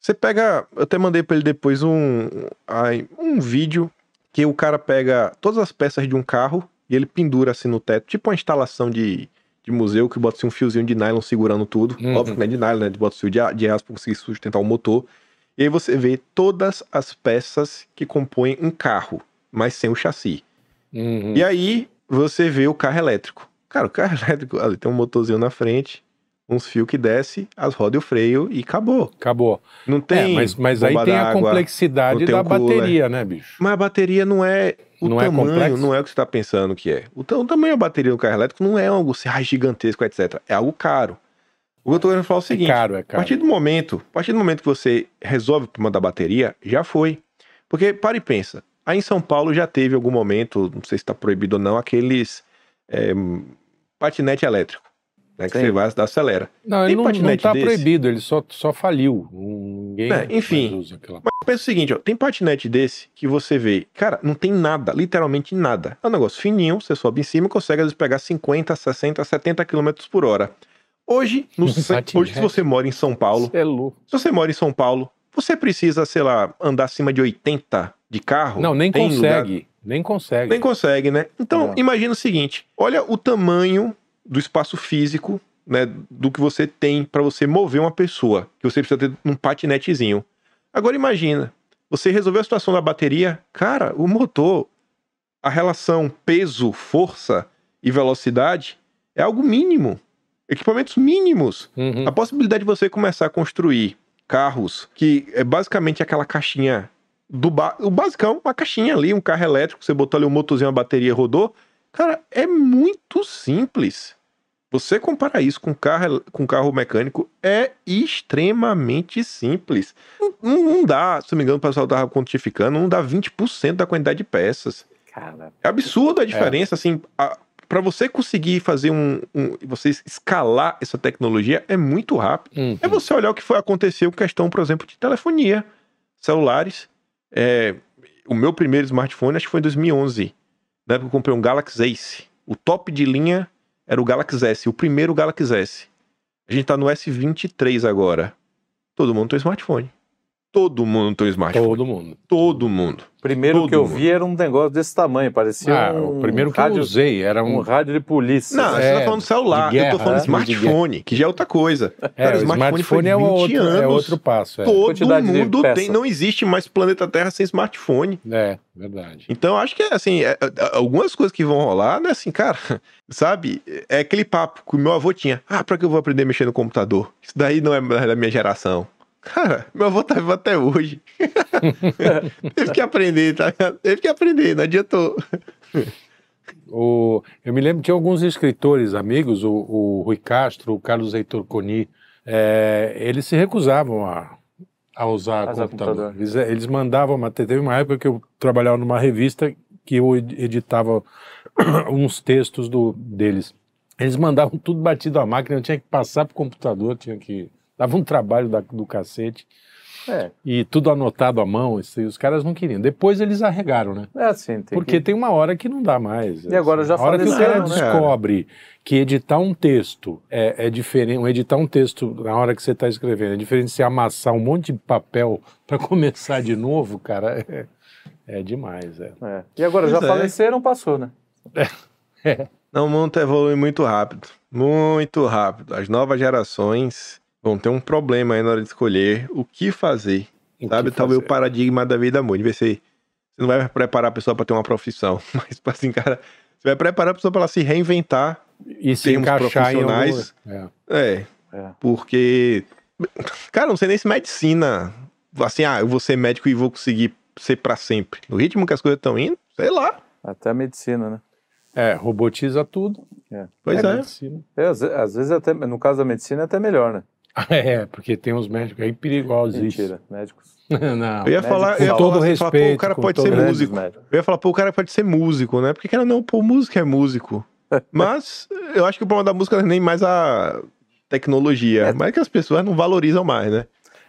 A: Você pega. Eu até mandei pra ele depois um, ai, um vídeo que o cara pega todas as peças de um carro e ele pendura assim no teto, tipo uma instalação de, de museu que bota assim, um fiozinho de nylon segurando tudo.
B: Uhum.
A: Óbvio que não é de nylon, né? Ele bota o fio de, a- de aço pra conseguir sustentar o motor. E aí você vê todas as peças que compõem um carro, mas sem o chassi.
B: Uhum.
A: E aí você vê o carro elétrico. Cara, o carro (laughs) elétrico ali tem um motorzinho na frente, uns fios que desce, as rodas e o freio e acabou.
B: Acabou.
A: Não tem.
B: é, mas, mas aí
A: bomba
B: tem a
A: d'água.
B: complexidade
A: não tem
B: da
A: um cooler.
B: bateria, né, bicho?
A: Mas a bateria não é o
B: Não é
A: tamanho,
B: complexo?
A: não é o que você está pensando que é. O, ta- o tamanho da bateria do carro elétrico não é algo assim, ah, gigantesco, etc. É algo caro. O que eu tô querendo falar é o
B: É
A: seguinte:
B: caro, é
A: a
B: caro.
A: partir do momento, a partir do momento que você resolve o problema da bateria, já foi. Porque para e pensa. Aí em São Paulo já teve algum momento, não sei se está proibido ou não, aqueles é, patinete elétrico. Né, que
D: Sim.
A: você vai, acelera.
B: Não,
A: Tem
B: ele não, não
A: patinete
B: tá
A: desse?
B: proibido, ele só, só faliu. Ninguém
A: É, enfim.
B: mais usa aquela...
A: Mas pensa o seguinte, ó, tem patinete desse que você vê, cara, não tem nada, literalmente nada. É um negócio fininho, você sobe em cima e consegue às vezes pegar 50, 60, 70 km por hora. Hoje,
B: (laughs)
A: no
B: Um
A: ce-
B: patinete.
A: hoje, se você mora em São Paulo,
B: Cê é louco.
A: se você mora em São Paulo, você precisa, sei lá, andar acima de 80 de carro?
B: Não, nem
A: Tem lugar-
B: consegue. Nem consegue.
A: nem consegue, né? Então,
D: Não.
A: imagina o seguinte: olha o tamanho do espaço físico, né? Do que você tem para você mover uma pessoa, que você precisa ter num patinetezinho. Agora imagina, você resolveu a situação da bateria, cara, o motor, a relação peso, força e velocidade é algo mínimo. Equipamentos mínimos.
B: Uhum.
A: A possibilidade de você começar a construir carros, que é basicamente aquela caixinha do ba... o basicão, uma caixinha ali, um carro elétrico, você botou ali um motorzinho, uma bateria, rodou. Cara, é muito simples. Você comparar isso com carro, com carro mecânico é extremamente simples. Não, não dá, se não me engano, o pessoal estava quantificando, não dá 20% da quantidade de peças.
D: Cara,
A: É absurda a diferença, assim, para você conseguir fazer um, um- você escalar essa tecnologia é muito rápido.
B: Uhum.
A: É você olhar o que foi aconteceu com questão, por exemplo, de telefonia, celulares. É, o meu primeiro smartphone acho que foi em 2011. Na época eu comprei um Galaxy Ace. O top de linha era o Galaxy S, o primeiro Galaxy S. A gente tá no S23 agora. Todo mundo tem um smartphone. Todo mundo tem um smartphone.
B: hum. Todo mundo.
A: Todo mundo.
D: Primeiro
A: Todo
D: que eu
A: mundo.
D: vi era um negócio desse tamanho, parecia
B: Ah,
D: um
B: o primeiro que
D: rádio,
B: eu usei era
D: um
B: um.
D: rádio de polícia.
A: Não,
D: sabe?
A: você
B: é,
A: tá falando celular.
B: de guerra,
A: eu tô falando
B: né? De
A: smartphone, que já é outra coisa.
B: É, o smartphone, é,
A: foi
B: o
A: 20
B: outro,
A: anos.
B: é outro passo. É,
A: Todo
D: Quantidade de
A: mundo
D: peça.
A: tem. Não existe mais planeta Terra sem smartphone.
B: é verdade.
A: Então, acho que, assim, é- é- algumas coisas que vão rolar, né, assim, cara, (laughs) sabe? É aquele papo que o meu avô tinha. Ah, pra que eu vou aprender a mexer no computador? Isso daí não é da minha geração. Cara, meu avô tá vivo até hoje. (laughs) Teve que aprender, tá? ligado? Teve que aprender, não adiantou.
B: O- eu me lembro de alguns escritores amigos, o, o Rui Castro, o Carlos Heitor Coni, é, eles se recusavam a, a usar
D: A usar
B: computador.
D: computador.
B: Eles, é, eles mandavam matéria. Teve uma época que eu trabalhava numa revista que eu ed- editava (coughs) uns textos do, deles. Eles mandavam tudo batido à máquina, eu tinha que passar para o computador, tinha que. Dava um trabalho da- do cacete.
D: É.
B: E tudo anotado à mão, isso, e os caras não queriam. Depois eles arregaram, né?
D: É assim, tem
B: Porque
D: que...
B: tem uma hora que não dá mais. assim.
D: E agora já
B: a hora que o cara
D: faleceram,
A: né, cara?
B: descobre que editar um texto é, é diferente. um Editar um texto na hora que você está escrevendo é diferente de você amassar um monte de papel para (laughs) começar de novo, cara. É, é demais. É.
D: É. E agora já
A: Pois é.
D: faleceram, passou, né?
A: Não, o mundo evolui muito rápido. Muito rápido. As novas gerações vão ter um problema aí na hora de escolher o que fazer.
B: O
A: sabe? tá,
B: que
A: Talvez o
B: fazer?
A: paradigma da vida mude. Vai ser. Você não vai preparar a pessoa para ter uma profissão, (laughs) mas tipo assim, cara, você vai preparar a pessoa para ela se reinventar.
B: E se
A: termos
B: encaixar em algum...
A: profissionais-
B: é.
A: É,
D: É.
A: porque. Cara, não sei nem se medicina. Assim, ah, eu vou ser médico e vou conseguir ser para sempre. No ritmo que as coisas estão indo, sei lá.
D: Até a medicina, né?
B: É, robotiza tudo.
A: Pois é.
B: medicina.
D: É, às, ve- às vezes até, no caso da medicina, é até melhor, né?
B: (laughs) É, porque tem uns médicos aí perigosos.
D: Mentira, médicos.
B: (laughs) não.
A: Eu ia
D: médico,
A: falar,
D: com
A: eu ia
B: Ah, todo
A: falar, assim, falar, pô, o
B: respeito,
A: cara
B: com
A: pode
B: todo
A: ser
B: respeito.
D: Grandes
A: músico.
D: médicos.
A: Eu ia falar, pô, o cara pode ser músico, né? Porque, cara, não, pô, músico é
B: (laughs)
A: músico. Mas eu acho que o problema da música não é nem mais a tecnologia, mas é que as pessoas não valorizam mais, né?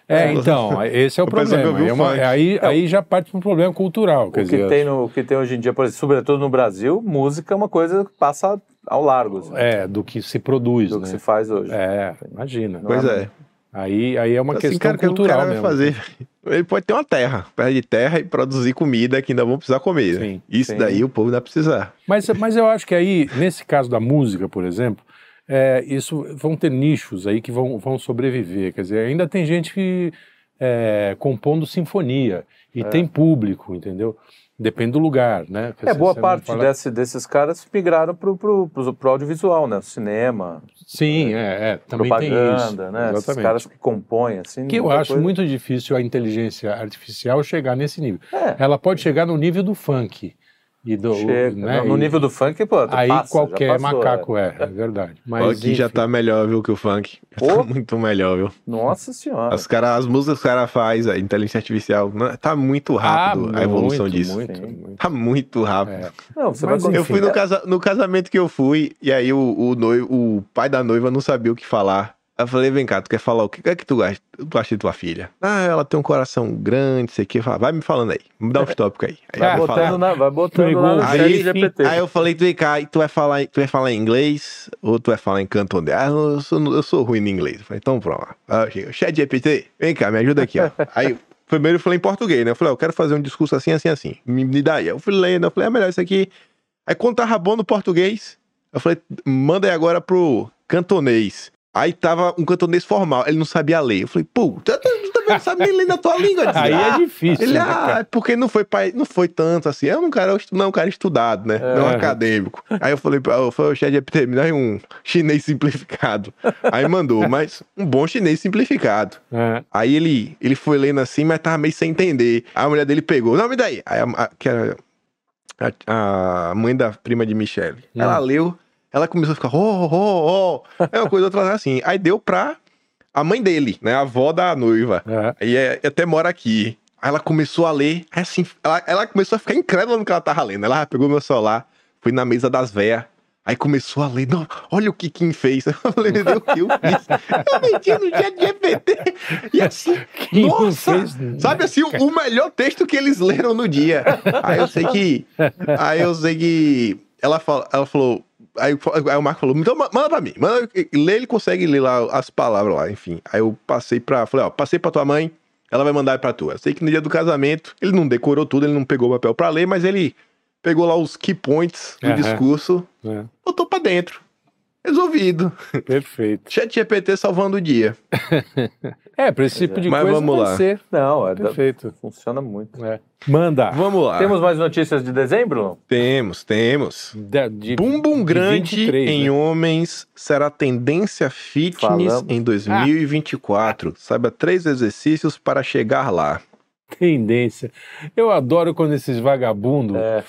B: É, então, esse é o
A: Eu pensei que eu vi um
B: problema.
A: o
B: É uma-
A: funk.
B: aí, aí já parte para um problema cultural.
D: O que,
B: Quer dizer,
D: tem no, o que tem hoje em dia, por exemplo, sobretudo no Brasil, música é uma coisa que passa ao largo assim,
B: é, do que se produz,
D: do
B: né?
D: que se faz hoje.
B: É, imagina.
D: Não
A: pois
D: é,
A: é.
B: Aí, aí é uma
A: Assim,
B: questão
A: cara, o
D: um
A: que o
B: cultural
A: cara vai
B: mesmo.
A: fazer? Ele pode ter uma terra, perto de terra e produzir comida que ainda vão precisar comer. né?
B: Sim,
A: Isso
D: sim.
A: daí o povo não vai precisar.
B: Mas, mas eu acho que aí, nesse caso da música, por exemplo, é, isso vão ter nichos aí que vão, vão sobreviver. Quer dizer, ainda tem gente que é, compondo sinfonia
D: É.
B: e tem público, entendeu? Depende do lugar, né? Quer
D: É,
B: dizer,
D: boa
B: você não
D: parte
B: fala-
D: desse- desses caras migraram pro, pro, pro, pro audiovisual, né? Cinema,
B: Sim, é, é, também tem isso.
D: propaganda, né? Esses
B: Exatamente.
D: caras que compõem, assim.
B: que eu
D: muita
B: acho
D: coisa.
B: muito difícil a inteligência artificial chegar nesse nível.
D: É,
B: Ela pode chegar no nível do funk e do,
D: chega.
B: né,
D: no, no
B: e-
D: nível do funk, pô,
B: Aí
D: passa, já
B: qualquer
D: passou,
B: macaco é, é verdade. Mas
A: Olha que já
B: enfim,
A: tá melhor, viu, que o funk. Já
D: Pô.
A: Tá (laughs) muito melhor, viu?
D: é. Nossa
B: Ah.
D: senhora.
A: As, cara, as músicas que o cara faz, a inteligência artificial, não- tá muito rápido
B: ah,
A: a evolução
B: muito,
A: disso.
B: Muito,
D: Sim.
B: muito.
A: Tá muito rápido.
B: É.
D: Não, você
B: Mas
D: vai
A: Eu
B: Enfim.
A: fui no, casa- no casamento que eu fui, e aí o, o noivo- o pai da noiva não sabia o que falar. Aí Eu falei, vem cá, tu quer falar o que é que tu acha, tu acha de tua filha? Ah, ela tem um coração grande, sei o que. Eu falava, Vai me falando aí, me dá uns tópicos aí. Aí,
D: Vai
A: eu vou falar.
B: tá
D: botando, na, vai botando
B: Pegou
D: lá no
B: o
D: chat
A: aí,
D: GPT.
A: aí eu falei, vem cá, e tu vai, falar, em- tu vai falar em inglês ou tu vai falar em cantonês? Ah, eu sou, eu sou ruim em inglês. Eu falei, então pronto. Aí eu cheguei, chat GPT, vem cá, me ajuda
B: (laughs)
A: aqui, ó. Aí primeiro eu falei em português, né? Eu falei, ó, eu quero fazer um discurso assim, assim, assim. Me, me dá aí. Eu fui lendo, eu falei, é melhor isso aqui. Aí quando tava bom no português, eu falei, manda aí agora pro cantonês. Aí tava um cantonês formal, ele não sabia ler. Eu falei, pô, tu é tu também não sabe nem ler na tua língua,
B: Aí é
A: desgraça.
B: difícil.
A: Ele,
B: né,
A: ah,
B: cara?
A: é porque não foi, pai, não foi tanto assim. É um cara, estu- não, um cara estudado, né? Não
B: É.
A: acadêmico. Aí eu falei, "Ah, pra- eu falei, chat GPT, me dá aí um chinês simplificado. Aí mandou, (laughs) mas um bom chinês simplificado.
B: É.
A: Aí ele, ele foi lendo assim, mas tava meio sem entender. Aí a mulher dele pegou, não, me dá aí. Aí a, a- que era a, a mãe da prima de Michelle,
B: Hum.
A: ela leu, ela começou a ficar, oh, oh, oh. É uma coisa, outra assim. Aí deu pra a mãe dele, né? A avó da noiva.
B: É.
A: Aí é, até mora aqui. Aí ela começou a ler, aí assim, ela, ela começou a ficar incrédula no que ela tava lendo. Ela pegou meu celular, foi na mesa das véias. Aí começou a ler, não, olha o que Kim fez. (laughs) Eu falei, meu Deus, o que eu fiz? Eu menti no dia de GPT. E assim,
B: Kim não
A: nossa,
B: fez nada,
A: sabe assim, o- o melhor texto que eles leram no dia. Aí eu sei que, aí eu sei que ela, fala, ela falou, aí, aí o Marco falou, então ma- manda pra mim, manda, lê, ele consegue ler lá as palavras lá, enfim. Aí eu passei pra, falei, ó, passei pra tua mãe, ela vai mandar pra tu. Eu sei que no dia do casamento, ele não decorou tudo, ele não pegou o papel pra ler, mas ele pegou lá os key points do
B: Aham.
A: discurso,
B: É,
A: botou pra dentro. Resolvido.
B: (laughs) perfeito.
A: Chat GPT salvando o dia.
B: É, pra esse tipo de
A: Mas
B: coisa
A: vamos
B: vai
A: lá.
B: ser.
D: Não, é, da-
B: Perfeito.
D: funciona muito.
B: É. Manda.
A: Vamos lá.
D: Temos mais notícias de dezembro?
A: Temos, temos.
B: Da- de-
A: Bumbum
B: de
A: grande
B: 23,
A: em
B: né?
A: homens será tendência fitness
D: Falamos.
A: em 2024.
B: Ah.
A: Saiba três exercícios para chegar lá.
B: (laughs) Tendência. Eu adoro quando esses vagabundos
D: É.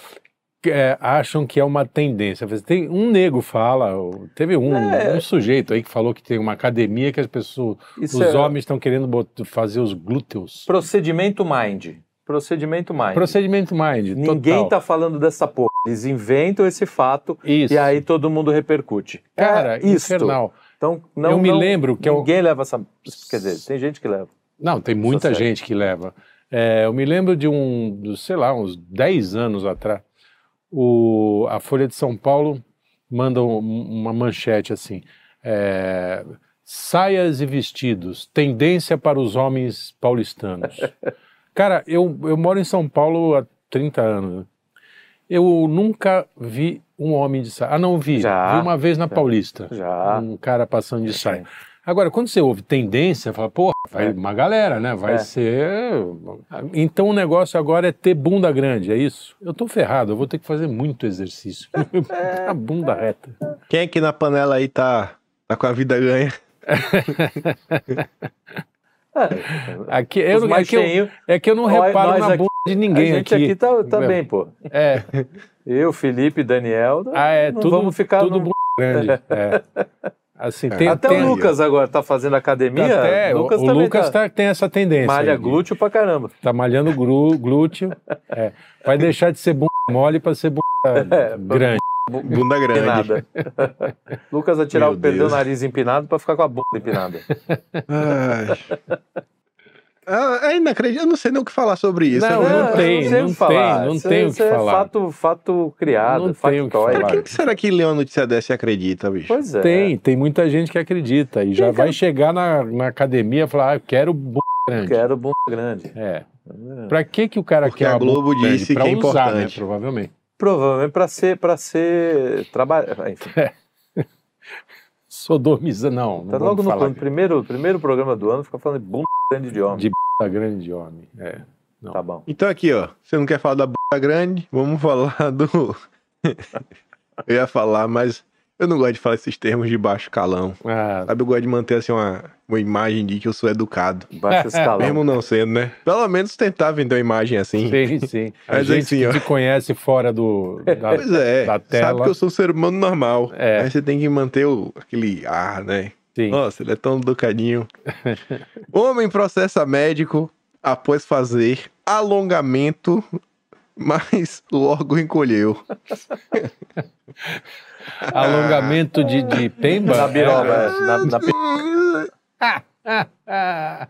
B: é, acham que é uma tendência. Você Tem, um nego fala, ou- teve um,
D: É.
B: um sujeito aí que falou que tem uma academia que as pessoas,
D: Isso
B: os
D: é
B: homens estão querendo bot- fazer os glúteos.
D: procedimento mind. Procedimento mind.
B: Procedimento mind,
D: Ninguém
B: total.
D: tá falando dessa porra. Eles inventam esse fato
B: Isso.
D: e aí todo mundo repercute.
B: Cara,
D: é isto.
B: infernal.
D: Então, não,
B: eu me
D: não-
B: lembro que é um eu,
D: Ninguém leva essa. Quer dizer, tem gente que leva.
B: Não, tem muita
D: Isso é sério.
B: gente que leva. É, eu me lembro de um, do- sei lá, uns 10 anos atrás, o- a Folha de São Paulo manda um- uma manchete assim: é, saias e vestidos, tendência para os homens
D: (laughs)
B: paulistanos. Cara, eu, eu moro em São Paulo há 30 anos. né? Eu nunca vi um homem de saia. Ah, não vi.
D: Já,
B: vi uma vez na
D: já,
B: Paulista.
D: Já.
B: Um cara passando de saia. Agora, quando você ouve tendência, fala, porra, vai
D: É.
B: uma galera, né? Vai
D: É.
B: ser. Então o negócio agora é ter bunda grande, é isso? Eu tô ferrado, eu vou ter que fazer muito
D: (laughs)
B: exercício. (laughs) a bunda reta.
A: Quem é que na panela aí tá, tá com a vida ganha?
D: É.
B: Aqui, eu,
D: Os
B: é,
D: mais
B: que eu,
D: cheinho,
B: é que eu não
D: Nós-
B: reparo
D: nós
B: na
D: aqui-
B: bunda de
D: a
B: ninguém
D: gente aqui,
B: aqui.
D: tá, tá
B: É.
D: bem, pô.
B: É,
D: Eu, Felipe, Daniel.
B: ah, é
D: (laughs) não
B: tudo,
D: vamos ficar
B: tudo
D: no-
B: bunda
D: (laughs)
B: grande. É. Assim, tem,
D: Até
B: tem-
D: o Lucas agora tá fazendo academia.
B: até- o
D: Lucas
B: o
D: também
B: Lucas
D: tá.
B: tá- tem essa tendência.
D: Malha
B: aí de-
D: glúteo pra caramba.
B: Tá malhando gru- glúteo. É.
D: (laughs)
B: Vai deixar de ser bunda mole pra ser bunda
D: É,
B: grande.
A: Bunda grande.
D: Empinada. (laughs) Lucas vai tirar
A: Meu
D: o perdeu o
A: Deus.
D: nariz empinado pra ficar com a bunda empinada.
A: Ai. Ah, é inacreditável. Eu não sei nem o que falar sobre isso.
B: Não,
A: É
B: não
A: verdade.
B: tem,
D: sei o
B: não
D: que falar.
B: tem, não
D: Isso-
B: tem o
D: isso
B: que
D: é
B: falar.
D: Fato, fato criado,
B: Não tem o que
D: factóide.
B: falar.
A: Cara, quem que será que lê uma notícia dessa e acredita, bicho?
D: Pois é.
B: Tem, tem muita gente que acredita e já
D: Tem,
B: vai
D: cara.
B: chegar na, na academia e falar, ah, eu quero bunda grande.
D: Quero bunda grande.
B: É. Pra que que o cara
A: Porque
B: quer
A: a
B: uma bunda
A: Globo
B: grande?
A: disse
B: Pra
A: que é
B: usar,
A: importante.
B: Né, provavelmente.
D: Provavelmente pra ser, pra ser trabalhar. Enfim,
B: Sodomiza, não. não
D: tá
B: vamos
D: logo no
B: falar
D: plano.
B: de
D: Primeiro, primeiro programa do ano, fica falando de bunda grande de homem.
B: De- bunda grande de homem. É.
D: Tá bom.
A: Então aqui, ó. Você não quer falar da bunda grande? Vamos falar do... (laughs) eu ia falar, mas eu não gosto de falar esses termos de baixo calão.
B: Ah,
A: Sabe, eu gosto de manter assim uma, uma imagem de que eu sou educado.
D: Baixo escalão.
A: Mesmo não sendo, né? Pelo menos tentar vender uma imagem assim.
B: sim, sim. A
A: (laughs) Mas
B: gente
A: assim,
B: que
A: ó.
B: te conhece fora do... da-
A: Pois é,
B: da
A: sabe
B: tela.
A: que eu sou um ser humano normal.
B: É.
A: Aí você tem que manter o, aquele ar, né?
B: sim.
A: Nossa, ele é tão
B: (laughs)
A: educadinho. Homem processa médico após fazer alongamento, mas (laughs) logo encolheu.
B: Alongamento de, de pemba?
D: (laughs) Na biroba, é. na, na pi-
B: Ah.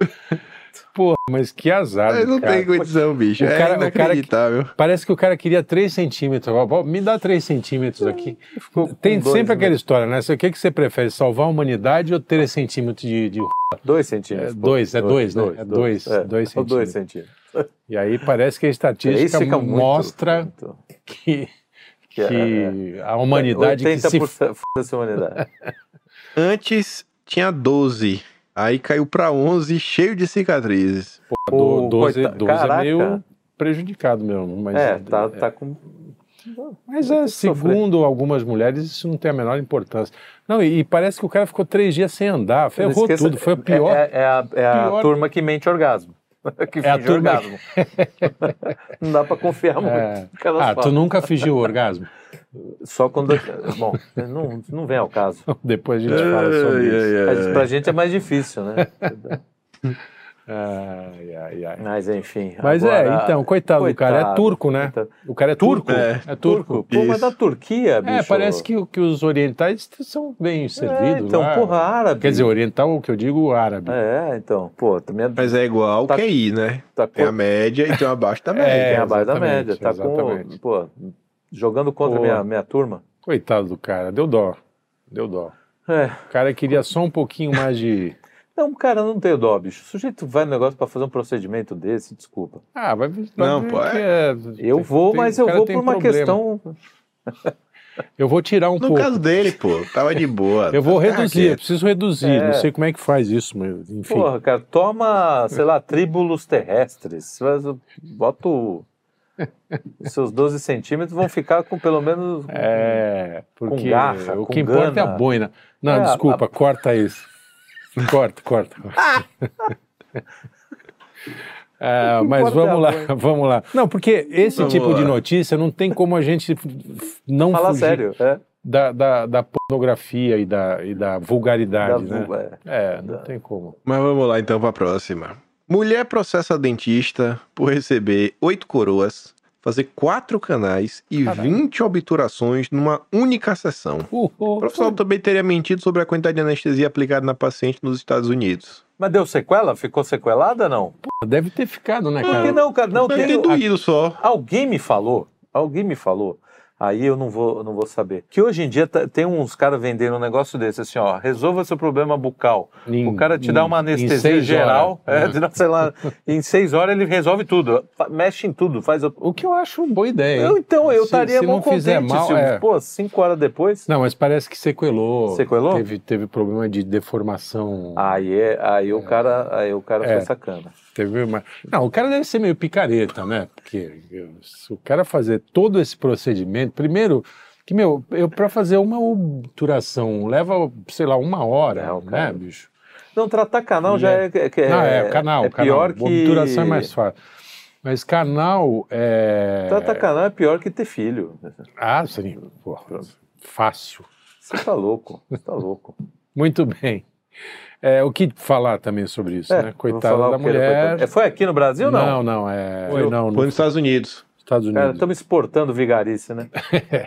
B: Porra, mas que azar,
A: Mas não
B: cara.
A: tem condição, bicho.
B: O
A: é
B: cara- o cara que-
A: inacreditável.
B: Parece que o cara queria 3 centímetros. Ó, ó, Me dá 3 centímetros aqui.
D: ficou
B: Tem
D: com dois,
B: sempre
D: né?
B: aquela história, né? O que, que você prefere, salvar a humanidade ou 3 centímetros de. de...
D: Dois
B: É,
D: centímetros. pô.
B: dois, é dois, né? É dois,
D: É,
B: dois
D: são dois
B: centímetros.
D: centímetros.
B: E aí parece que a
D: Isso
B: estatística
D: fica muito-
B: mostra
D: muito-
B: que,
D: que é-
B: que a humanidade que se.
D: 80% foda-se a humanidade.
A: Antes tinha 12. Aí caiu pra 11, cheio de cicatrizes.
B: (laughs) Do, 12,
D: Coitado.
B: 12 é meio
D: Caraca.
B: prejudicado mesmo. Mas
D: É, tá, tá com.
B: Mas é, segundo algumas mulheres, isso não tem a menor importância. Não, e, e parece que o cara ficou três dias sem andar, ferrou
D: Esqueça-
B: tudo, foi a pior.
D: É, é- é a, é a
B: pior-
D: turma que mente orgasmo. (laughs) Que
B: É a
D: finge
B: turma-
D: orgasmo. (laughs) Não dá pra confiar muito
B: (laughs) É.
D: no que elas
B: Ah, tu
D: falam.
B: nunca fingiu orgasmo?
D: Só quando. Bom, não, não vem ao caso.
B: (laughs) Depois a gente fala sobre isso.
D: Mas pra gente é mais difícil,
A: (laughs)
D: né?
B: Ai, ai, ai.
D: Mas enfim.
B: Mas
D: agora-
B: é, então, coitado, do cara, é
D: Coitado,
B: turco, né?
D: coitado.
B: O cara é turco?
A: É,
B: É, turco.
D: Pô, mas
A: Isso.
D: da Turquia, bicho.
B: É, parece que, o- que os orientais são bem
D: É,
B: servidos.
D: então,
B: lá.
D: porra, árabe.
B: Quer dizer, oriental, o que eu digo, árabe.
D: É, então, pô, também
A: Mas é igual
D: Tá-
A: o QI, né?
D: tá
A: Tem
D: com
A: a média e tem uma abaixo da
B: É,
A: média.
D: tem abaixo da
B: exatamente,
D: média. Tá
B: exatamente.
D: com. Pô, jogando contra a
B: Pô.
D: minha, minha turma.
B: Coitado do cara, deu dó. Deu dó.
D: É.
B: O
D: (laughs)
B: cara queria só um pouquinho mais de
D: Não, cara, eu não tenho dó, bicho. O sujeito vai no negócio pra fazer um procedimento desse, desculpa.
B: Ah, vai vai
A: Não,
B: ver
A: pô,
B: que é-
D: Eu
B: tem-
D: vou,
B: tem-
D: mas
B: o
D: eu
B: cara
D: vou
B: tem
D: por uma
B: problema.
D: questão.
B: Eu vou tirar um
A: No
B: pouco.
A: caso dele, pô, tava de boa.
B: Eu vou
A: Tava
B: reduzir, eu
A: quieto.
B: preciso reduzir.
D: É.
B: Não sei como é que faz isso, mas enfim.
D: Porra, cara, toma, sei lá, tríbulos terrestres. Faz o- Bota o- os seus 12 centímetros, vão ficar com pelo menos.
B: É, porque
D: garra,
B: o
D: com
B: que importa é a
D: gana.
B: boina. Não,
D: É, a-
B: desculpa, corta isso. Corta, corta.
D: (laughs)
B: Ah,
D: O que
B: mas
D: importa é a
B: vamos lá,
D: boina.
B: (laughs) vamos lá. Não, porque esse
A: Vamos
B: tipo de
A: lá.
B: notícia não tem como a gente f- não
D: Fala
B: fugir
D: sério. É,
B: Da, da, da pornografia e da, e da
D: da
B: vulgaridade, né?
D: vulva, é.
B: É, não
D: Da-
B: tem como.
A: Mas vamos lá então pra próxima. Mulher processa dentista por receber oito coroas, fazer quatro canais e 20 obturações numa única sessão. O profissional também teria mentido sobre a quantidade de anestesia aplicada na paciente nos Estados Unidos.
D: Mas deu sequela? Ficou sequelada não? Por
B: Deve ter ficado, né,
D: que
B: cara?
D: não, cara? Não,
A: Deve
D: tem,
A: ter doído só.
D: Alguém me falou, alguém me falou, aí eu não vou, eu não vou saber. Que hoje em dia tá- tem uns caras vendendo um negócio desse, assim, ó, resolva seu problema bucal.
B: Em-
D: o cara te dá uma
B: em- em
D: anestesia
B: seis
D: geral,
B: horas. Hum.
D: é, te dá, sei lá, em seis horas ele resolve tudo, fa- mexe em tudo, faz... o-
B: O que eu acho uma boa ideia. hein?
D: Eu, então, eu
B: Se-
D: estaria
B: se
D: mó
B: não fizer
D: contente,
B: mal,
D: Silvio.
B: é.
D: Pô, cinco horas depois...
B: Não, mas parece que sequelou.
D: Sequelou?
B: Teve, teve problema de deformação.
D: Aí, é- aí o cara, aí o cara
B: É.
D: foi sacana.
B: Teve uma... Não, o cara deve ser meio picareta, né? Porque eu- se o cara fazer todo esse procedimento, primeiro, que, meu, eu para fazer uma obturação leva, sei lá, uma hora,
D: Não,
B: né,
D: cara.
B: bicho?
D: Não, tratar canal já é, que- que é,
B: Não, é, canal,
D: é
B: canal.
D: pior que...
B: Obturação é mais fácil. Mas canal é.
D: Tratar canal é pior que ter filho.
B: Ah, sim, porra, fácil.
D: Você tá louco, você
B: (laughs)
D: tá louco.
B: Muito bem. É, o que falar também sobre isso,
D: É,
B: né?
D: vou falar
B: Coitada da
D: o que era,
B: mulher.
D: coitado. É, Foi aqui no Brasil ou não?
B: Não, não, é.
D: Foi
B: Foi, não,
A: Foi
B: nos
A: nos Estados Unidos.
B: Estados Unidos.
D: Cara, estamos exportando vigarice,
B: (laughs)
D: né?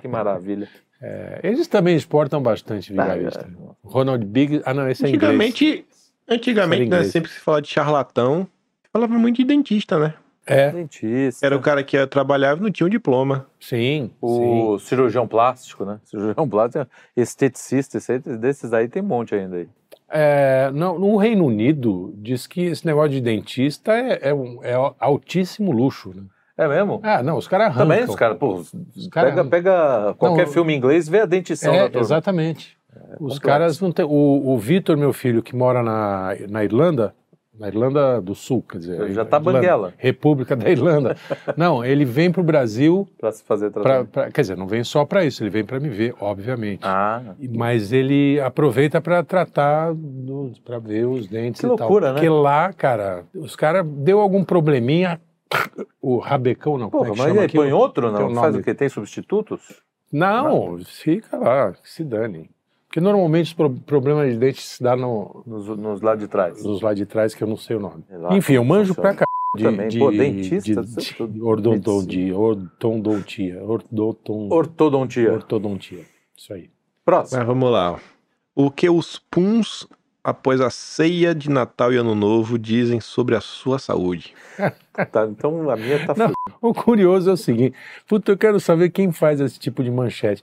D: que maravilha.
B: É, eles também exportam bastante
D: Tá, é,
B: vigarista. Ronald Biggs. Ah, não, esse é inglês.
A: Antigamente, antigamente
B: Isso era
A: né,
B: inglês.
A: sempre que se fala de charlatão, falava muito de dentista, né?
B: É,
D: Dentista.
A: Era o cara que ia trabalhar e não tinha um diploma.
B: sim. sim.
D: o cirurgião plástico, né? Cirurgião plástico, esteticista, esse aí- desses aí tem um monte ainda aí.
B: É, não, no Reino Unido, diz que esse negócio de dentista é, é um- é altíssimo luxo. Né?
D: É mesmo?
B: Ah, não, os caras arrancam.
D: Também os caras, pô,
B: caras-
D: pega, pega qualquer
B: Não,
D: filme inglês, vê a dentição da
B: É,
D: turma.
B: exatamente. Os
D: né, complexo.
B: caras não têm. O, o Vitor, meu filho, que mora na, na Irlanda, na Irlanda do Sul, quer dizer.
D: Já tá
B: Irlanda-
D: banguela.
B: República da
D: (laughs)
B: Irlanda. não, ele vem para o Brasil,
D: Pra se fazer
B: pra,
D: tratamento.
B: pra- quer dizer, não vem só para isso, ele vem para me ver, obviamente.
D: Ah,
B: E- Mas ele aproveita para tratar, para ver os dentes
D: Que
B: e
D: loucura,
B: tal.
D: né?
B: Porque lá, cara, os caras deu algum probleminha, o rabecão não,
D: porra,
B: como é que
D: mas e
B: chama
D: aí,
B: aquilo?
D: põe outro
B: Tem
D: não?
B: um
D: Faz
B: nome.
D: o quê? Tem substitutos?
B: Não, fica lá, que se dane. Porque normalmente os pro- problemas de dente se dá no,
D: Nos, nos lados de trás.
B: nos lá de trás, que eu não sei o nome.
D: Sei É lá
B: Enfim, eu
D: como
B: manjo
D: funciona.
B: pra cá. De,
D: Também,
B: de,
D: pô, dentista,
B: de,
D: isso é
B: de,
D: tudo.
B: ordodontia, ordodontia, ordoton-
D: Ortodontia.
B: ortodontia, isso aí.
D: Próximo.
A: Mas vamos lá. O que os puns após a ceia de Natal e Ano Novo dizem sobre a sua saúde?
D: Tá, então a minha tá
B: É. Não. (laughs) O curioso é o seguinte: puta, eu quero saber quem faz esse tipo de manchete.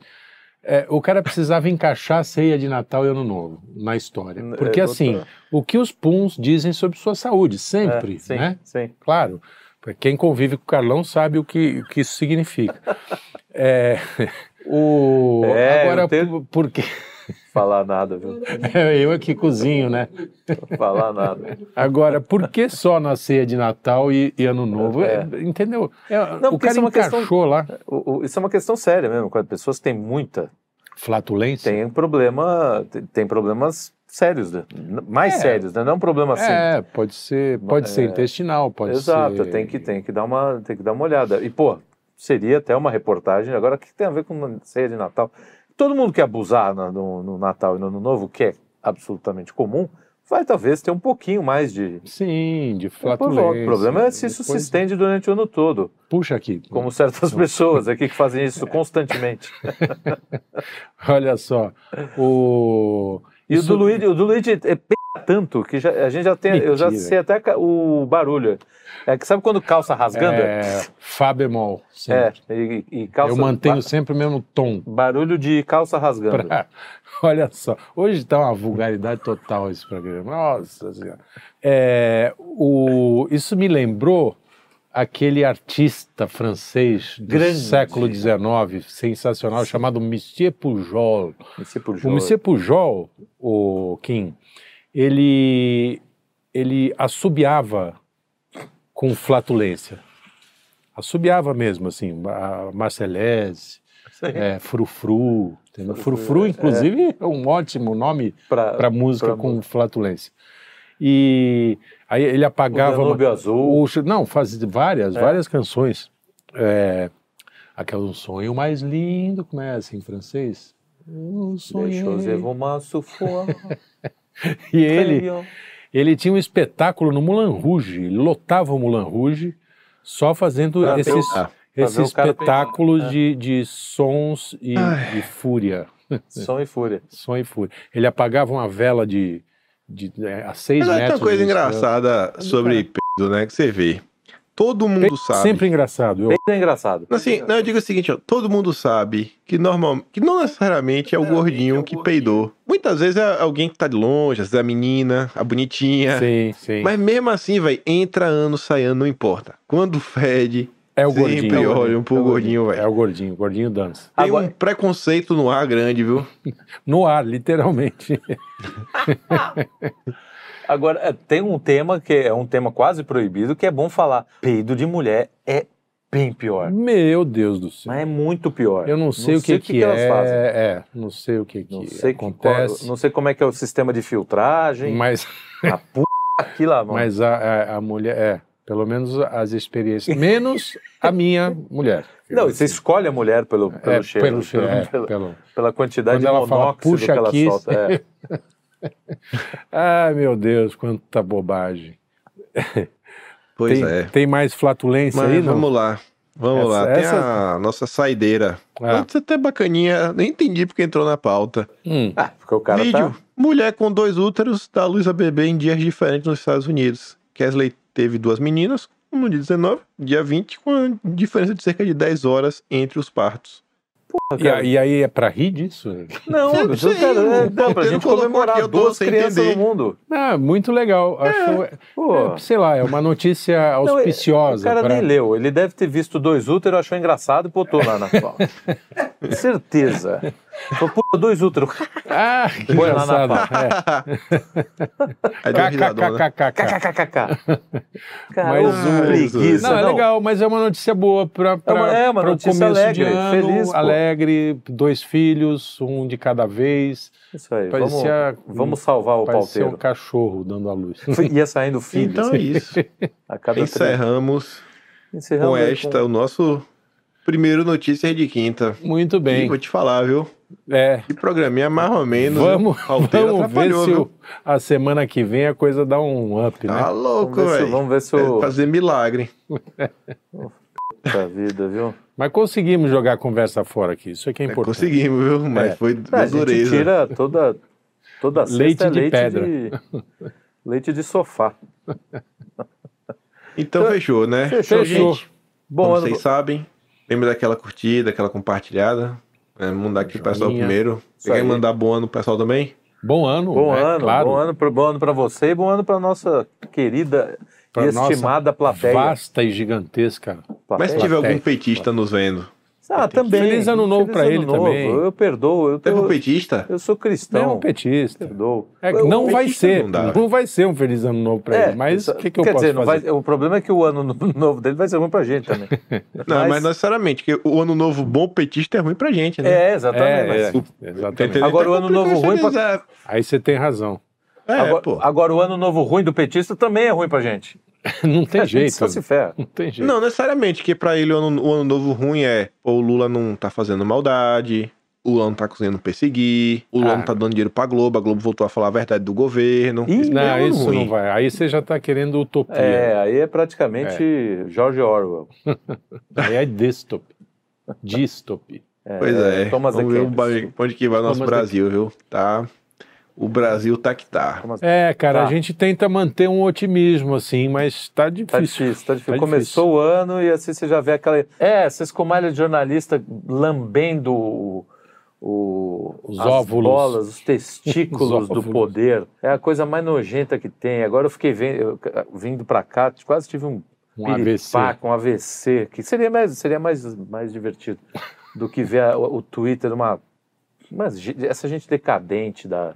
B: É, o cara precisava encaixar a ceia de Natal e Ano Novo na história.
D: N-
B: Porque
D: é,
B: assim,
D: doutor.
B: o que os puns dizem sobre sua saúde,
D: É,
B: sempre,
D: sim,
B: né?
D: sim.
B: Claro. pra Quem convive com o Carlão sabe o que, o que isso significa.
D: (laughs)
B: É, o,
D: É,
B: agora,
D: eu tenho-
B: por- porque.
D: Falar nada, viu?
B: (laughs)
D: (laughs)
B: Eu aqui cozinho, né?
D: Falar nada.
B: Agora, por que só na ceia de Natal e, e Ano Novo?
D: É.
B: É, entendeu? É,
D: Não,
B: o
D: porque isso
B: cara
D: é uma questão-
B: encaixou lá.
D: O- o- isso é uma questão séria mesmo. Quando pessoas têm muita,
B: Flatulência?
D: tem problema, tem, tem problemas sérios, né? N- mais
B: É.
D: sérios, né? Não é um problema simples.
B: É, pode ser, pode ser
D: É.
B: intestinal, pode ser.
D: Exato, tem que tem que dar uma, tem que dar uma olhada. E pô, seria até uma reportagem agora o que tem a ver com ceia de Natal. Todo mundo que abusar na- no, no Natal e no Ano Novo, que é absolutamente comum, vai talvez ter um pouquinho mais de
B: Sim, de
D: Pô,
B: flatulência.
D: O problema é se isso se
B: Depois-
D: estende durante o ano todo.
B: Puxa aqui.
D: como certas pessoas aqui que fazem
B: (laughs) É.
D: isso constantemente.
B: Olha só. O...
D: E
B: isso-
D: o do Luigi, o do Luigi é p- tanto que já- a gente já tem. eu já
B: Mentira.
D: sei até ca- o barulho. É que sabe quando calça rasganda?
B: É, Fá bemol. sim.
D: e, e É, calça.
B: Eu mantenho
D: ba-
B: sempre o mesmo tom. (laughs)
D: barulho de calça rasgando.
B: pra- Olha só, hoje tá uma vulgaridade total esse programa. Nossa Senhora. É, o... Isso me lembrou aquele artista francês do
D: Grande.
B: século XIX, sensacional, chamado Monsieur Pujol.
D: Esse por
B: O
D: jogo.
B: Monsieur Pujol, o Kim, ele, ele assobiava com flatulência. Assobiava mesmo, assim, a Marcelese, é, Frufru. Entendeu? Frufru, inclusive, é um ótimo nome
D: Pra-
B: para música
D: pra
B: com flatulência. E aí ele apagava...
D: O Danúbio Azul.
B: o- não, faz várias, várias canções. É, aquela Um Sonho Mais Lindo, como é assim em francês? Um
D: Deixa eu ver,
B: sonhei.
D: uma sufoa.
B: E ele, ele tinha um espetáculo no Moulin Rouge, ele lotava o Moulin Rouge só fazendo
D: Pra ver
B: esses,
A: o- ah,
B: esses
D: pra ver o cara né?
B: espetáculos
D: peidar,
B: de, de sons e
A: Ai.
B: de fúria.
D: Som e fúria.
B: Som e fúria. Ele apagava uma vela de, de, é, a seis
A: Mas
B: metros.
A: olha, tem uma coisa
B: de distância.
A: engraçada sobre pedo, né? Que você vê. Todo mundo sabe.
B: Sempre engraçado. Eu,
D: Peido é engraçado.
A: Assim, não, eu digo o seguinte, ó, todo mundo sabe que normal, que não necessariamente é o
E: Necessariamente
A: gordinho
E: é o
A: que
E: gordinho.
A: peidou. Muitas vezes é alguém que tá de longe, às vezes é a menina, a
D: é.
A: bonitinha.
B: sim, sim.
A: Mas mesmo assim, velho, entra ano, sai ano, não importa. Quando fede,
B: é o
A: sempre
B: gordinho.
A: olham pro
B: É o
A: gordinho, velho.
B: É o gordinho, o gordinho dança.
A: Tem
D: Agora-
A: um preconceito no ar grande, viu?
B: No ar, literalmente.
D: Agora, é, tem um tema que é um tema quase proibido, que é bom falar. Peido de mulher é bem pior.
B: Meu Deus do céu.
D: Mas é muito pior.
B: Eu não sei o que, que,
D: elas
B: é.
D: fazem.
B: é, não sei o que, que
D: Não sei, que-
B: acontece.
D: não sei como é que é o sistema de filtragem.
B: Mas,
D: A p... aqui lá, mano.
B: mas a, a, a mulher, é, pelo menos as experiências, menos a minha mulher.
D: Não, você escolhe a mulher pelo, pelo
B: é,
D: cheiro,
B: pelo cheiro,
D: pelo-
B: é,
D: pela,
B: pelo-
D: pela quantidade
B: Quando
D: de
B: ela fala,
D: monóxido
B: "Puxa
D: que ela
B: aqui",
D: solta. É.
B: Ai, meu Deus, quanta bobagem.
A: Pois
B: tem,
A: é.
B: tem mais flatulência
A: Mas
B: aí, não?
A: vamos lá. Vamos
B: Essa-
A: lá. Tem
B: essa-
A: a nossa saideira.
B: Ah.
A: Antes até bacaninha, nem entendi porque entrou na pauta.
B: Hum, (laughs)
D: Ah, porque o cara
A: Vídeo.
D: tá...
A: Mulher com dois úteros dá luz a bebê em dias diferentes nos Estados Unidos. Kesley teve duas meninas, um no dia 19, dia 20, com a diferença de cerca de 10 horas entre os partos.
B: e, a- e aí é pra rir disso?
D: Não,
A: Eu
D: eu
A: não sei,
D: quero, é,
B: um
A: o
D: dá pra
A: roteiro
D: gente
A: colocou
D: comemorar
A: aqui, eu tô
D: duas
A: sem
D: crianças
A: entender.
D: no mundo.
B: Ah, muito legal. Acho,
D: Pô.
B: é, sei lá, é uma notícia
D: (laughs) Não, é-
B: auspiciosa.
D: o cara
B: pra-
D: nem leu. Ele deve ter visto dois úteros, achou engraçado e botou lá
B: (laughs)
D: na pauta. Certeza. Falou, Pô, dois úteros.
B: (laughs) Ah, que
D: Põe lá na É
B: engraçado. É.
A: Aí deu uma risadona.
D: né?
B: KKKKK.
D: KKKK. (laughs) Cara,
B: Mas
D: ô,
A: o-
D: preguiça.
B: Não, é legal, mas é uma notícia boa para
D: É uma- é uma
B: o
D: notícia
B: começo
D: alegre,
B: de ano,
D: feliz, pô.
B: alegre, dois filhos, um de cada vez.
D: Isso aí,
B: Parecia-
D: vamos, vamos salvar o
B: Parecia um
D: pauteiro.
B: cachorro dando a luz.
D: (laughs) Ia saindo filho. assim,
A: Então é isso.
D: a cada três-
A: Encerramos
D: Encerramos
A: com
D: aí
A: esta o nosso primeiro notícias de quinta.
B: Muito
A: E
B: bem.
A: vou te falar, viu?
B: É,
A: Que programinha mais ou menos.
B: vamos
A: viu? Pauteiro
D: tá
B: vamos ver
A: atrapalhou,
B: se
A: viu?
B: o- a semana que vem a coisa dá um up, né?
D: Ah.
A: Tá louco,
D: Vamos ver se-
A: velho.
D: vamos ver se o-
A: É Fazer milagre.
D: da
A: (laughs)
D: vida, viu?
B: Mas conseguimos jogar a conversa fora aqui, isso é que é importante.
A: Conseguimos, viu? Mas
B: É.
A: foi
D: Ah, A
A: uma
D: gente
A: dureza.
D: tira toda, toda sexta
B: Leite
D: é
B: de pedra.
D: de- leite de sofá.
A: Então fechou, né?
D: Fechou,
B: Fechou.
A: gente.
D: Bom,
A: Como
D: ano,
A: vocês sabem, lembra daquela curtida, aquela compartilhada. É, mandar aqui pro pessoal
B: Joinha.
A: primeiro. Você quer
D: aí.
A: mandar bom ano pro pessoal também?
B: Bom ano,
D: bom,
B: né?
D: ano
B: claro.
D: bom ano, pro- bom ano para você e bom ano para nossa querida
B: Pra
D: e
B: nossa
D: estimada plateia.
B: Vasta e gigantesca.
A: Mas se
D: Plateia.
A: tiver algum
B: Plateia.
A: petista nos vendo.
D: Ah, também.
B: Feliz ano novo pra
D: ano
B: ele
D: novo.
B: também.
D: Eu perdoo, eu,
A: Teve um
D: eu,
A: petista?
D: eu sou
B: Não, é
D: cristão.
B: um petista.
D: perdoo.
B: É,
D: Eu-
B: não
A: o
B: vai
A: petista
B: ser,
A: não dá.
B: não, vai ser um feliz ano novo para ele, mas o
D: isso-
B: que, que eu
D: É, quer
B: posso
D: dizer, não
B: fazer?
D: vai- o problema é que o ano no- (laughs) novo dele vai ser ruim pra gente também.
A: (laughs) Não, mas, não necessariamente, porque o ano novo bom petista é ruim pra gente, né?
D: É, exatamente. um mas-
B: É, é,
A: Tá
B: exatamente.
A: entendendo?
D: Agora
A: Então
D: o ano novo
A: complica
D: ruim pra-
A: isso, É,
B: Aí você tem razão. (laughs)
A: é,
D: agora,
A: pô.
D: agora o ano novo ruim do petista também é ruim pra gente. É,
B: Não tem
D: a gente
B: jeito.
D: só se ferra.
B: Não tem jeito.
A: Não, necessariamente, que pra ele o ano, o ano novo ruim é ou o Lula não tá fazendo maldade, o Lula não tá conseguindo perseguir, o Lula
B: Ah.
A: não tá dando dinheiro pra Globo, a Globo voltou a falar a verdade do governo. também
D: Ih,
A: é
B: Não,
A: um ano
B: isso
A: ruim.
B: não vai. Aí você já está querendo utopia.
D: É, aí é praticamente
B: É.
D: George Orwell.
B: Aí é
D: (laughs)
B: distop. Distop.
A: Pois é.
D: Thomas
A: Vamos ver
D: Equipes.
A: o ba- onde que vai o nosso
B: Thomas
A: Brasil, viu? Tá O Brasil tá que tá.
D: Como assim?
B: É, cara,
D: Tá.
B: a gente tenta manter um otimismo, assim, mas tá
D: Tá
B: difícil.
D: difícil, tá difícil.
B: Tá
D: Começou o ano e assim você já vê aquela. É, essas comalhas de jornalista lambendo o, o-
B: Os
D: as
B: óvulos. (laughs)
D: bolas, os testículos
B: Os
D: do
B: óvulos.
D: poder. É a coisa mais nojenta que tem. Agora eu fiquei vendo, eu, eh, vindo pra cá, quase tive um
B: um AVC.
D: piripaque, um AVC, que seria mais, seria mais, mais divertido do que ver a- o, Twitter, uma, uma ge- essa gente decadente da,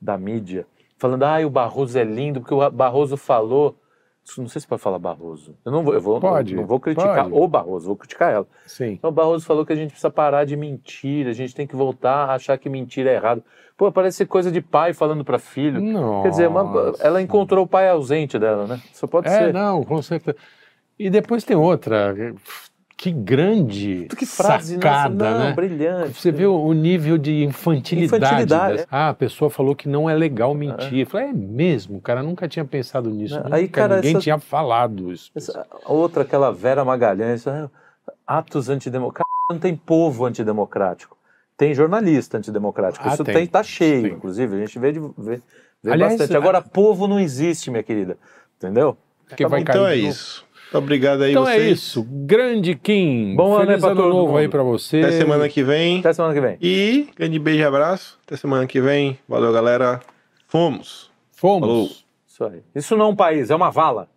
D: da mídia, falando, ai, o Barroso é lindo, porque o Barroso falou. Isso, Não sei se pode falar Barroso. Eu não vou, eu vou,
B: Pode,
D: eu não vou criticar
B: pode.
D: o Barroso, vou criticar ela.
B: Sim.
D: Então, o Barroso falou que a gente precisa parar de mentir, a gente tem que voltar a achar que mentira é errado. Pô, parece coisa de pai falando para filho.
B: Não.
D: Quer dizer, uma- ela encontrou o pai ausente dela, né? Só pode
B: É,
D: ser.
B: não, com certeza. E depois tem outra. Que grande
D: Que frase
B: sacada,
D: nossa, não,
B: né?
D: brilhante.
B: Você vê o- o nível de infantilidade.
D: Infantilidade,
B: dessa-
D: é.
B: Ah, a pessoa falou que não é legal mentir. Eu falei, é mesmo, cara, nunca tinha pensado nisso.
D: Não,
B: nunca
D: aí, cara,
B: ninguém
D: essa-
B: tinha falado isso.
D: Essa- a outra, aquela Vera Magalhães, ah, atos antidemocráticos. Não tem povo antidemocrático. Tem jornalista antidemocrático.
B: Ah,
D: Isso
B: tem.
D: tem, tá cheio,
B: Tem.
D: inclusive. A gente vê, de- vê, vê
B: Aliás, é-
D: bastante. Agora, povo não existe, minha querida. Entendeu?
B: Porque
A: Tá
B: vai
A: bom, então
B: cair
A: é
B: de novo.
A: isso. Muito obrigado aí
B: Então
A: vocês.
B: é isso. Grande Kim.
D: Bom ano aí
B: Feliz
D: pra
B: ano
D: todo
B: novo aí
D: mundo.
B: pra você.
A: Até semana que vem.
D: Até semana que vem.
A: E grande beijo e abraço. Até semana que vem. Valeu, galera. Fomos.
B: Fomos.
A: Falou.
D: Isso aí. Isso não é um país, é uma vala.